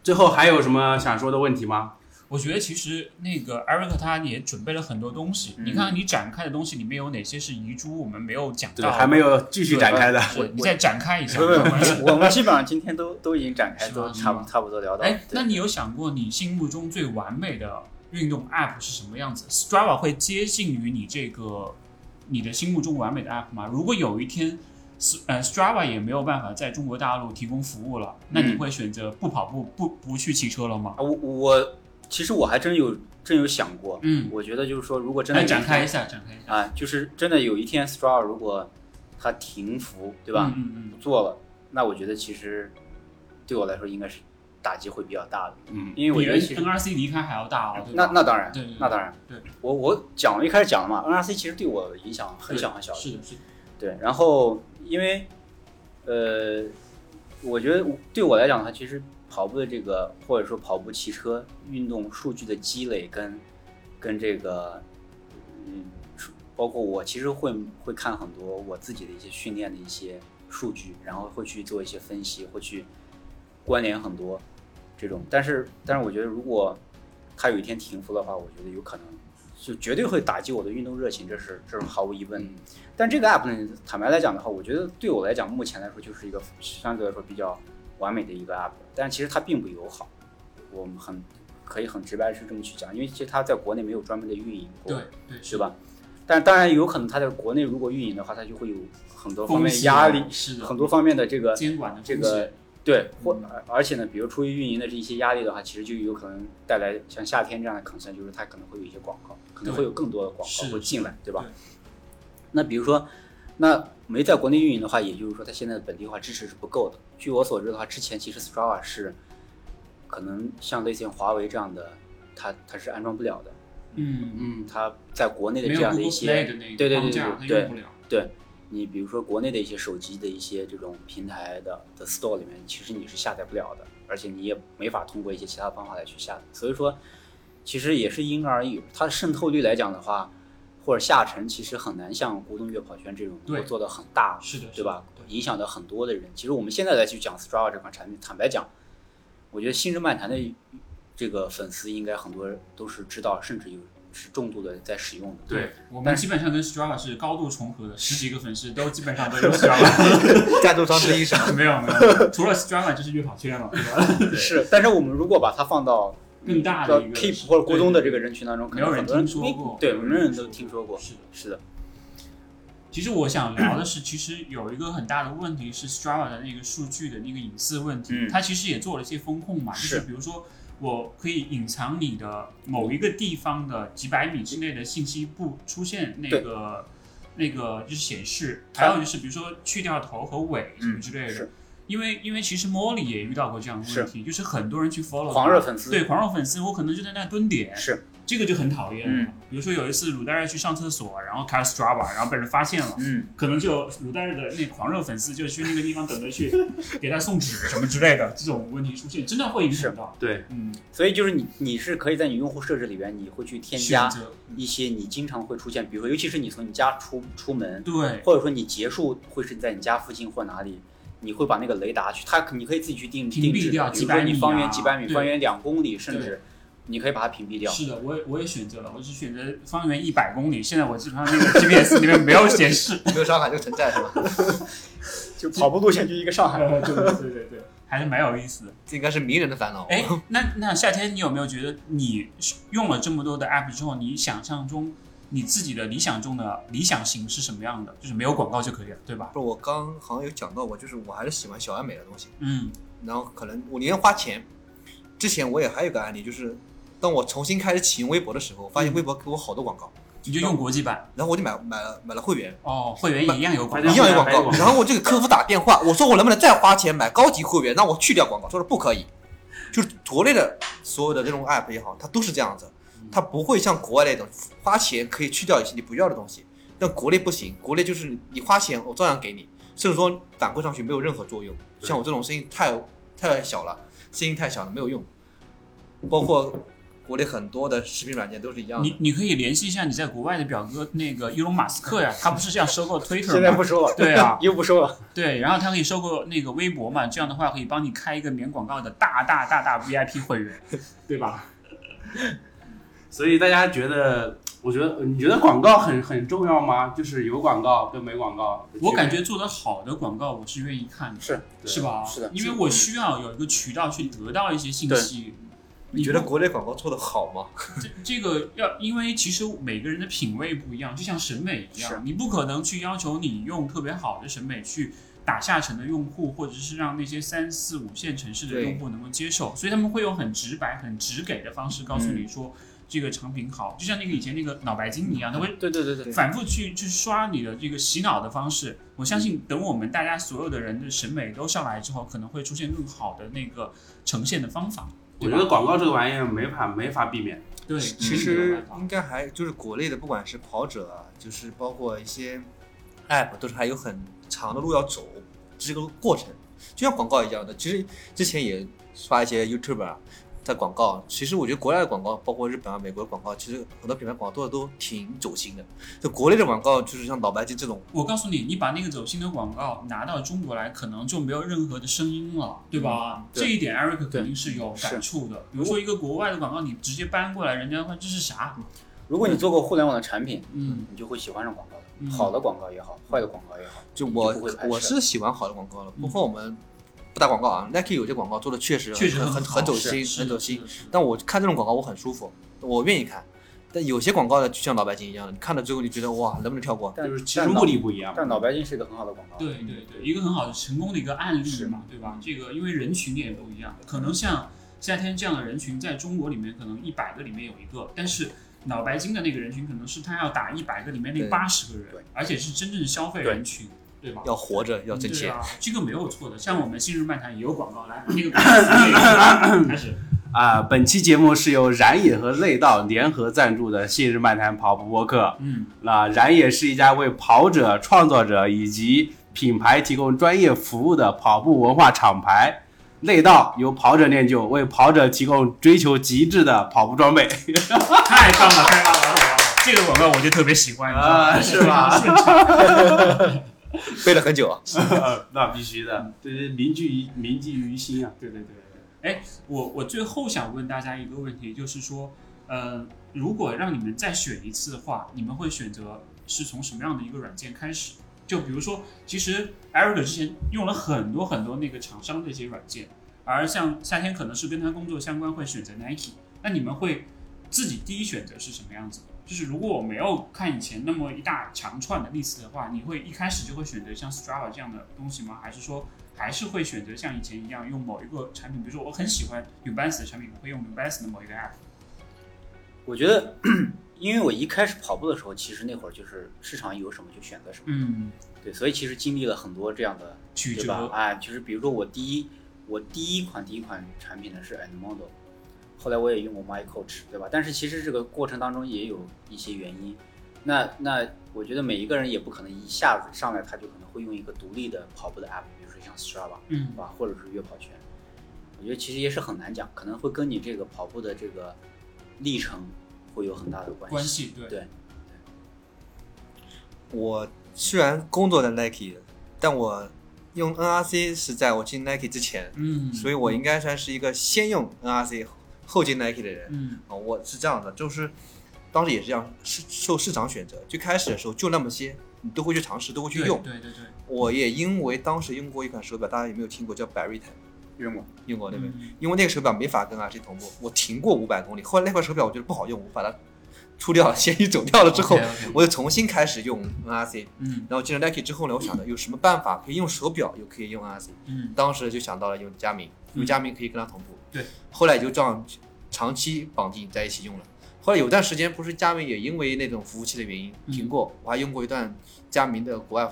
A: 最后还有什么想说的问题吗？
B: 我觉得其实那个 Eric 他也准备了很多东西，你看看你展开的东西里面有哪些是遗珠，我们没有讲
A: 对，
B: 到，
A: 还没有继续展开的。
B: 是，你再展开一下。
D: 不
B: 没关系
D: 不，我们基本上今天都都已经展开，
B: 是
D: 都
B: 吗
D: 差不差不多聊到了。
B: 哎，
D: 对
B: 那你有想过你心目中最完美的运动 App 是什么样子？Strava 会接近于你这个你的心目中完美的 App 吗？如果有一天，S- 呃，Strava 也没有办法在中国大陆提供服务了，那你
D: 嗯
B: 会选择不跑步、不不去骑车了吗？
D: 啊，我我其实我还真有真有想过，
B: 嗯，
D: 我觉得就是说，如果真
B: 来
D: 的有一
B: 展开一
D: 天啊
B: 下，展开一下，
D: 啊，就是真的有一天 Strava 如果它停服，对吧？
B: 嗯嗯
D: 不做了，那我觉得其实对我来说应该是打击会比较大的，
A: 嗯，
D: 因为我
B: 比
D: 觉
B: 人
D: 得其实
B: NRC 离开还要大哦。对
D: 那
B: 吧
D: 那当然
B: 对对对，
D: 那当然，
B: 对
D: 我我讲了一开始讲了嘛，NRC 其实对我影响很小很小，
B: 是的，是的，
D: 对，然后因为，呃，我觉得对我来讲，它其实跑步的这个或者说跑步、骑车运动数据的积累跟跟这个，嗯，数包括我其实会会看很多我自己的一些训练的一些数据，然后会去做一些分析，会去关联很多这种，但是但是我觉得如果它有一天停服的话，我觉得有可能就绝对会打击我的运动热情，这是这是毫无疑问的。但这个 app 呢，坦白来讲的话，我觉得对我来讲，目前来说就是一个相对来说比较完美的一个 app，但其实它并不友好。我们很可以很直白是这么去讲，因为其实它在国内没有专门的运营过，
B: 对对
D: 是吧？但当然有可能它在国内如果运营的话，它就会有很多方
B: 风
D: 面
B: 险啊
D: 压力，
B: 是的，嗯
D: 很多方面的这个
B: 监管的
D: 这
B: 风
D: 个
B: 险
D: 对，或而而且呢，比如出于运营的这一些压力的话，其实就有可能带来像夏天这样的 concern，就是它可能会有一些广告，可能
B: 对
D: 会有更多的广告
B: 是
D: 会进来，对吧
B: 对？
D: 那比如说，那没在国内运营的话，也就是说它现在本地化支持是不够的。据我所知的话，之前其实 Strava 是可能像类似于华为这样的，它它是安装不了的。
B: 嗯，
D: 嗯，它在国内的
B: 没
D: 这
B: 有
D: 样
B: Google
D: 的一
B: Play
D: 些
B: 的那个
D: 对对对
B: 框架，它
D: 对对
B: 用不了。
D: 对你，比如说国内的一些手机的一些这种平台的的 store 里面，其实你是下载不了的，而且你也没法通过一些其他方法来去下载。所以说，其实也是因人而异。它渗透率来讲的话，或者下沉，其实很难像国动越跑圈这种能够
B: 对
D: 做到很大，
B: 是的，是
D: 对
B: 的
D: 吧？
B: 对
D: 影响到很多的人。其实我们现在再去讲 Strava 这款产品，坦白讲，我觉得新日漫谈的这个粉丝应该很多都是知道，甚至有是重度的在使用的。
B: 对，我们
D: 但
B: 基本上跟 Strava 是高度重合的，十几个粉丝都基本上都 有 Strava，
C: 赞助商之一上，
B: 没有没有，除了 Strava 就是月跑圈了，对吧？
D: 是，但是我们如果把它放到
B: 更大
D: 到
B: 的一个
D: Keep 或者郭东的这个人群当中，可
B: 没有
D: 能
B: 人
D: 很多人
B: 听说
D: 没
B: 过
D: 对，
B: 没有
D: 没
B: 人
D: 人
B: 听
D: 都
B: 说
D: 听说过。
B: 是的。
D: 是的，
B: 其实我想聊的是，其实有一个很大的问题是 Strava 的那个数据的那个隐私问题，
D: 嗯
B: 它其实也做了一些风控嘛，就是是比如说我可以隐藏你的某一个地方的几百米之内的信息不出现那个那个就是显示，还
D: 它
B: 有就是比如说去掉头和尾什么之类的。
D: 嗯是
B: 因为因为其实 Molly 也遇到过这样的问题，就是很多人去 follow
D: 狂
B: 他
D: 热粉丝
B: 对狂热粉丝，我可能就在那蹲点，
D: 是
B: 这个就很讨厌了。
D: 嗯
B: 比如说有一次鲁代瑞去上厕所，然后开了 Strava，然后被人发现了，
D: 嗯，
B: 可能就有鲁代瑞的那狂热粉丝就去那个地方等着去给他送纸什么之类的，这种问题出现真的会影响到，
A: 对，
B: 嗯，
D: 所以就是你你是可以在你用户设置里边，你会去添
B: 选
D: 加
B: 择
D: 一些你经常会出现，比如说尤其是你从你家出出门，
B: 对
D: 或者说你结束会是在你家附近或哪里。你会把那个雷达去，它你可以自己去定
B: 屏蔽
D: 定制
B: 掉
D: 的，比
B: 几
D: 如
B: 百
D: 说你
B: 米
D: 方圆
B: 啊
D: 几百米、
B: 对
D: 方圆两公里，甚
B: 对
D: 至你可以把它屏蔽掉。
B: 是的，我也我也选择了，我只选择方圆一百公里，现在我基本上那个 GPS 里面没有显示，
C: 没有上海就存在是吧？
D: 就跑步路线就一个上海，
B: 对对对对对，还是蛮有意思的。
C: 这应该是名人的烦恼。
B: 哎，那那夏天，你有没有觉得你用了这么多的 app 之后，你想象中你自己的理想中的理想型是什么样的？就是没有广告就可以了，对吧？
C: 不是我刚好像有讲到过，就是我还是喜欢小而美的东西，
B: 嗯，
C: 然后可能我宁愿花钱。之前我也还有个案例，就是当我重新开始启用微博的时候，发现微博给我好多广告，
B: 你就用国际版
C: 然后我就买买了买了会员，
B: 哦，会员也一样有广
A: 买
B: 告
C: 一。样有广
A: 还有
C: 告。
A: 广告
C: 然后我这个客服打电话，我说我能不能再花钱买高级会员，让我去掉广告，说是不可以。就是国内的所有的这种 app 也好，它都是这样子，它不会像国外那种花钱可以去掉一些你不要的东西。但国内不行，国内就是你花钱我照样给你，甚至说反馈上去没有任何作用。
A: 对
C: 像我这种声音太太小了，声音太小了没有用。包括国内很多的视频软件都是一样的
B: 你。你可以联系一下你在国外的表哥那个伊隆马斯克呀，他不是要收购 Twitter
D: 现在
B: 吗
D: 不？收了，
B: 对啊，
D: 又不收了。
B: 对，然后他可以收购那个微博嘛，这样的话可以帮你开一个免广告的大大大大 VIP 会员，对吧？
A: 所以大家觉得，我觉得你觉得广告很很重要吗？就是有广告跟没广告的区别，
B: 我感觉做得好的广告我是愿意看的。
D: 是，
A: 对
B: 是？吧？
D: 是的嗯
B: 因为我需要有一个渠道去得到一些信息。
C: 你觉得国内广告做的好吗？
B: 这这个要，因为其实每个人的品味不一样，就像审美一
D: 是
B: 样，你不可能去要求你用特别好的审美去打下沉的用户，或者是让那些三四五线城市的
C: 对
D: 嗯
B: 用户能够接受，所以他们会用很直白、很直给的方式告诉你说，这个产品好，就像那个以前那个脑白金一样，它会
D: 对对对对，
B: 反复去去刷你的这个洗脑的方式。我相信，等我们大家所有的人的审美都上来之后，可能会出现更好的那个呈现的方法。
A: 我觉得广告这个玩意儿没法没法避免。
B: 对，没
C: 其
B: 有嗯
C: 实
B: 办法
C: 应该还就是国内的，不管是跑者啊，就是包括一些 app，都是还有很长的路要走，这是个过程，就像广告一样的。其实之前也刷一些 YouTube 啊，在广告，其实我觉得国外的广告，包括日本啊、美国的广告，其实很多品牌广告做的都挺走心的。就国内的广告，就是像脑白金这种，
B: 我告诉你，你把那个走心的广告拿到中国来，可能就没有任何的声音了，对吧？
D: 对
B: 这一点 Eric 肯定是有感触的。比如说一个国外的广告，你直接搬过来，人家会这是啥？
D: 如果你做过互联网的产品，
B: 嗯，
D: 你就会喜欢上广告的，
B: 嗯
D: 好的广告也好，坏的广告也好，
C: 就我
D: 就不会拍摄
C: 我是喜欢好的广告的，
B: 嗯
C: 包括我们不打广告啊，Nike 有些广告做的确实
B: 确实
C: 很
B: 很
C: 很
B: 好
C: 很走
B: 是
C: 心，
B: 是
C: 很走心。
B: 是是
C: 但我看这种广告我很舒服，我愿意看。但有些广告呢，就像脑白金一样的，你看到最后你觉得哇，能不能跳过？
D: 但
A: 就是其
D: 但
A: 实
D: 脑
A: 目的不一样嘛。
D: 但脑白金是一个很好的广告，
B: 对对对，一个很好的成功的一个案例
D: 是
B: 嘛，对吧？这个因为人群也不一样，可能像夏天这样的人群，在中国里面可能一百个里面有一个，但是脑白金的那个人群可能是他要打一百个里面那
C: 对
B: 八十个人
D: 对，
B: 而且是真正消费人群，对吧？
C: 要活着，要
B: 对
C: 挣钱。
B: 啊，这个没有错的。像我们新日漫谈也有广告，来那个广告词开始，
A: 啊、本期节目是由燃野和内道联合赞助的《信日漫谈跑步播客》。
B: 嗯，
A: 那燃野是一家为跑者、创作者以及品牌提供专业服务的跑步文化厂牌。内道由跑者练就，为跑者提供追求极致的跑步装备。
B: 太棒了，太棒了，太棒了！这个广告我就特别喜欢，你知道吗
A: 啊是吧？
B: 顺畅
C: 背了很久啊，
A: 呃那必须的，这是铭记于铭记于心啊！
B: 对对对对。哎，我我最后想问大家一个问题，就是说，呃，如果让你们再选一次的话，你们会选择是从什么样的一个软件开始？就比如说，其实 Eric 之前用了很多很多那个厂商的一些软件，而像夏天可能是跟他工作相关会选择 Nike，那你们会自己第一选择是什么样子的？就是如果我没有看以前那么一大长串的例子的话，你会一开始就会选择像 Strava 这样的东西吗？还是说还是会选择像以前一样用某一个产品，比如说我很喜欢 n u b a n c e 的产品，我会用 n u b a n c e 的某一个 app。
D: 我觉得， 因为我一开始跑步的时候，其实那会儿就是市场有什么就选择什么，
B: 嗯，
D: 对，所以其实经历了很多这样的
B: 曲
D: 对吧？
B: 折，
D: 哎，就是比如说我第一，我第一款第一款产品呢是 Edmodo，后来我也用过 My Coach，对吧？但是其实这个过程当中也有一些原因。那那我觉得每一个人也不可能一下子上来他就可能会用一个独立的跑步的 app，比如说像 Strava，
B: 嗯
D: 对吧？或者是悦跑圈，我觉得其实也是很难讲，可能会跟你这个跑步的这个历程会有很大的关系。
B: 关系对，
D: 对，
C: 我虽然工作在 Nike，但我用 NRC 是在我进 Nike 之前，
B: 嗯，
C: 所以我应该算是一个先用 NRC 后进 Nike 的人。
B: 嗯
C: 啊，我是这样的，就是当时也是这样，市受市场选择。最开始的时候就那么些，你都会去尝试，都会去
B: 对
C: 用。
B: 对对对，
C: 我也因为当时用过一款手表，大家有没有听过叫百瑞泰？
D: 用过。
C: 用过对不对？
B: 嗯
C: 因为那个手表没法跟 RC 同步，我停过五百公里。后来那块手表我觉得不好用，我把它出掉了， 嫌疑走掉了之后
B: OK，OK
C: 我又重新开始用 RC。
B: 嗯
C: 然后进了 Nike 之后呢，我想到有什么办法可以用手表又可以用 RC，
B: 嗯
C: 当时就想到了用佳明，用佳明可以跟它同步。
B: 对，
C: 后来就这样长期绑定在一起用了。后来有段时间不是佳明也因为那种服务器的原因
B: 嗯
C: 停过，我还用过一段佳明的国外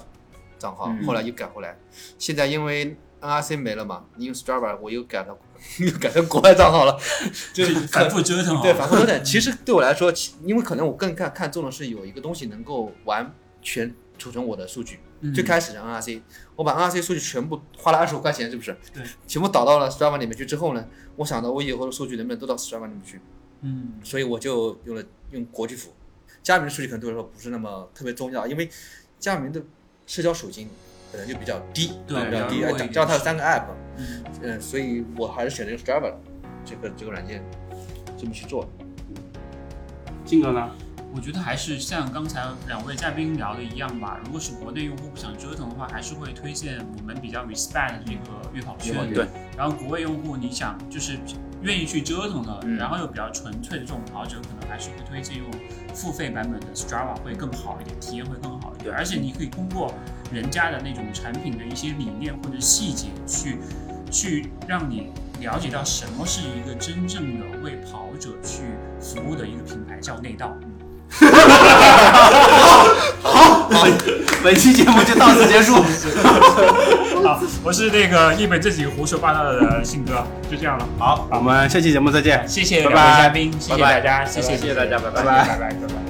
C: 账号，
D: 嗯
C: 后来又改回来。现在因为 NRC 没了嘛，你用 Strava 我又改到又改成国外账号
B: 哦
C: 了，就是
B: 反复折腾啊，
C: 对，反复折腾。其实对我来说，其因为可能我更看看重的是有一个东西能够完全储存我的数据。
B: 嗯
C: 最开始的 NRC，我把 NRC 数据全部花了二十五块钱，是不是？
B: 对，
C: 全部导到了 Strava 里面去之后呢，我想到我以后的数据能不能都到 Strava 里面去，
B: 嗯
C: 所以我就用了用国际服，佳明的数据可能对我来说不是那么特别重要，因为佳明的社交属性可能就比较低，
B: 对
C: 比较
B: 比
C: 低，哎
B: 较弱一
C: 加
B: 点
C: 加上它有三个 app，
B: 嗯
C: 嗯，所以我还是选择用 Strava 的这个这个软件这么去做。
A: 金哥呢？
B: 我觉得还是像刚才两位嘉宾聊的一样吧，如果是国内用户不想折腾的话，还是会推荐我们比较 respect 的这个悦跑圈。
D: 对，
B: 然后国外用户你想就是愿意去折腾的，
D: 嗯
B: 然后又比较纯粹的这种跑者，可能还是会推荐用付费版本的 Strava 会更好一点，体验会更好一点。而且你可以通过人家的那种产品的一些理念或者细节去。去让你了解到什么是一个真正的为跑者去服务的一个品牌，叫内道。
A: 好，本期节目就到此结束。
B: 好， 我是那个一本正经胡说八道的信哥，就这样了。
A: 好，我们下期节目再见。
B: 谢谢
A: 拜
B: 两
A: 拜
B: 位嘉宾，谢谢
D: 拜拜
B: 大家，谢
D: 谢
B: 谢
D: 谢大家拜拜
B: 拜拜拜拜。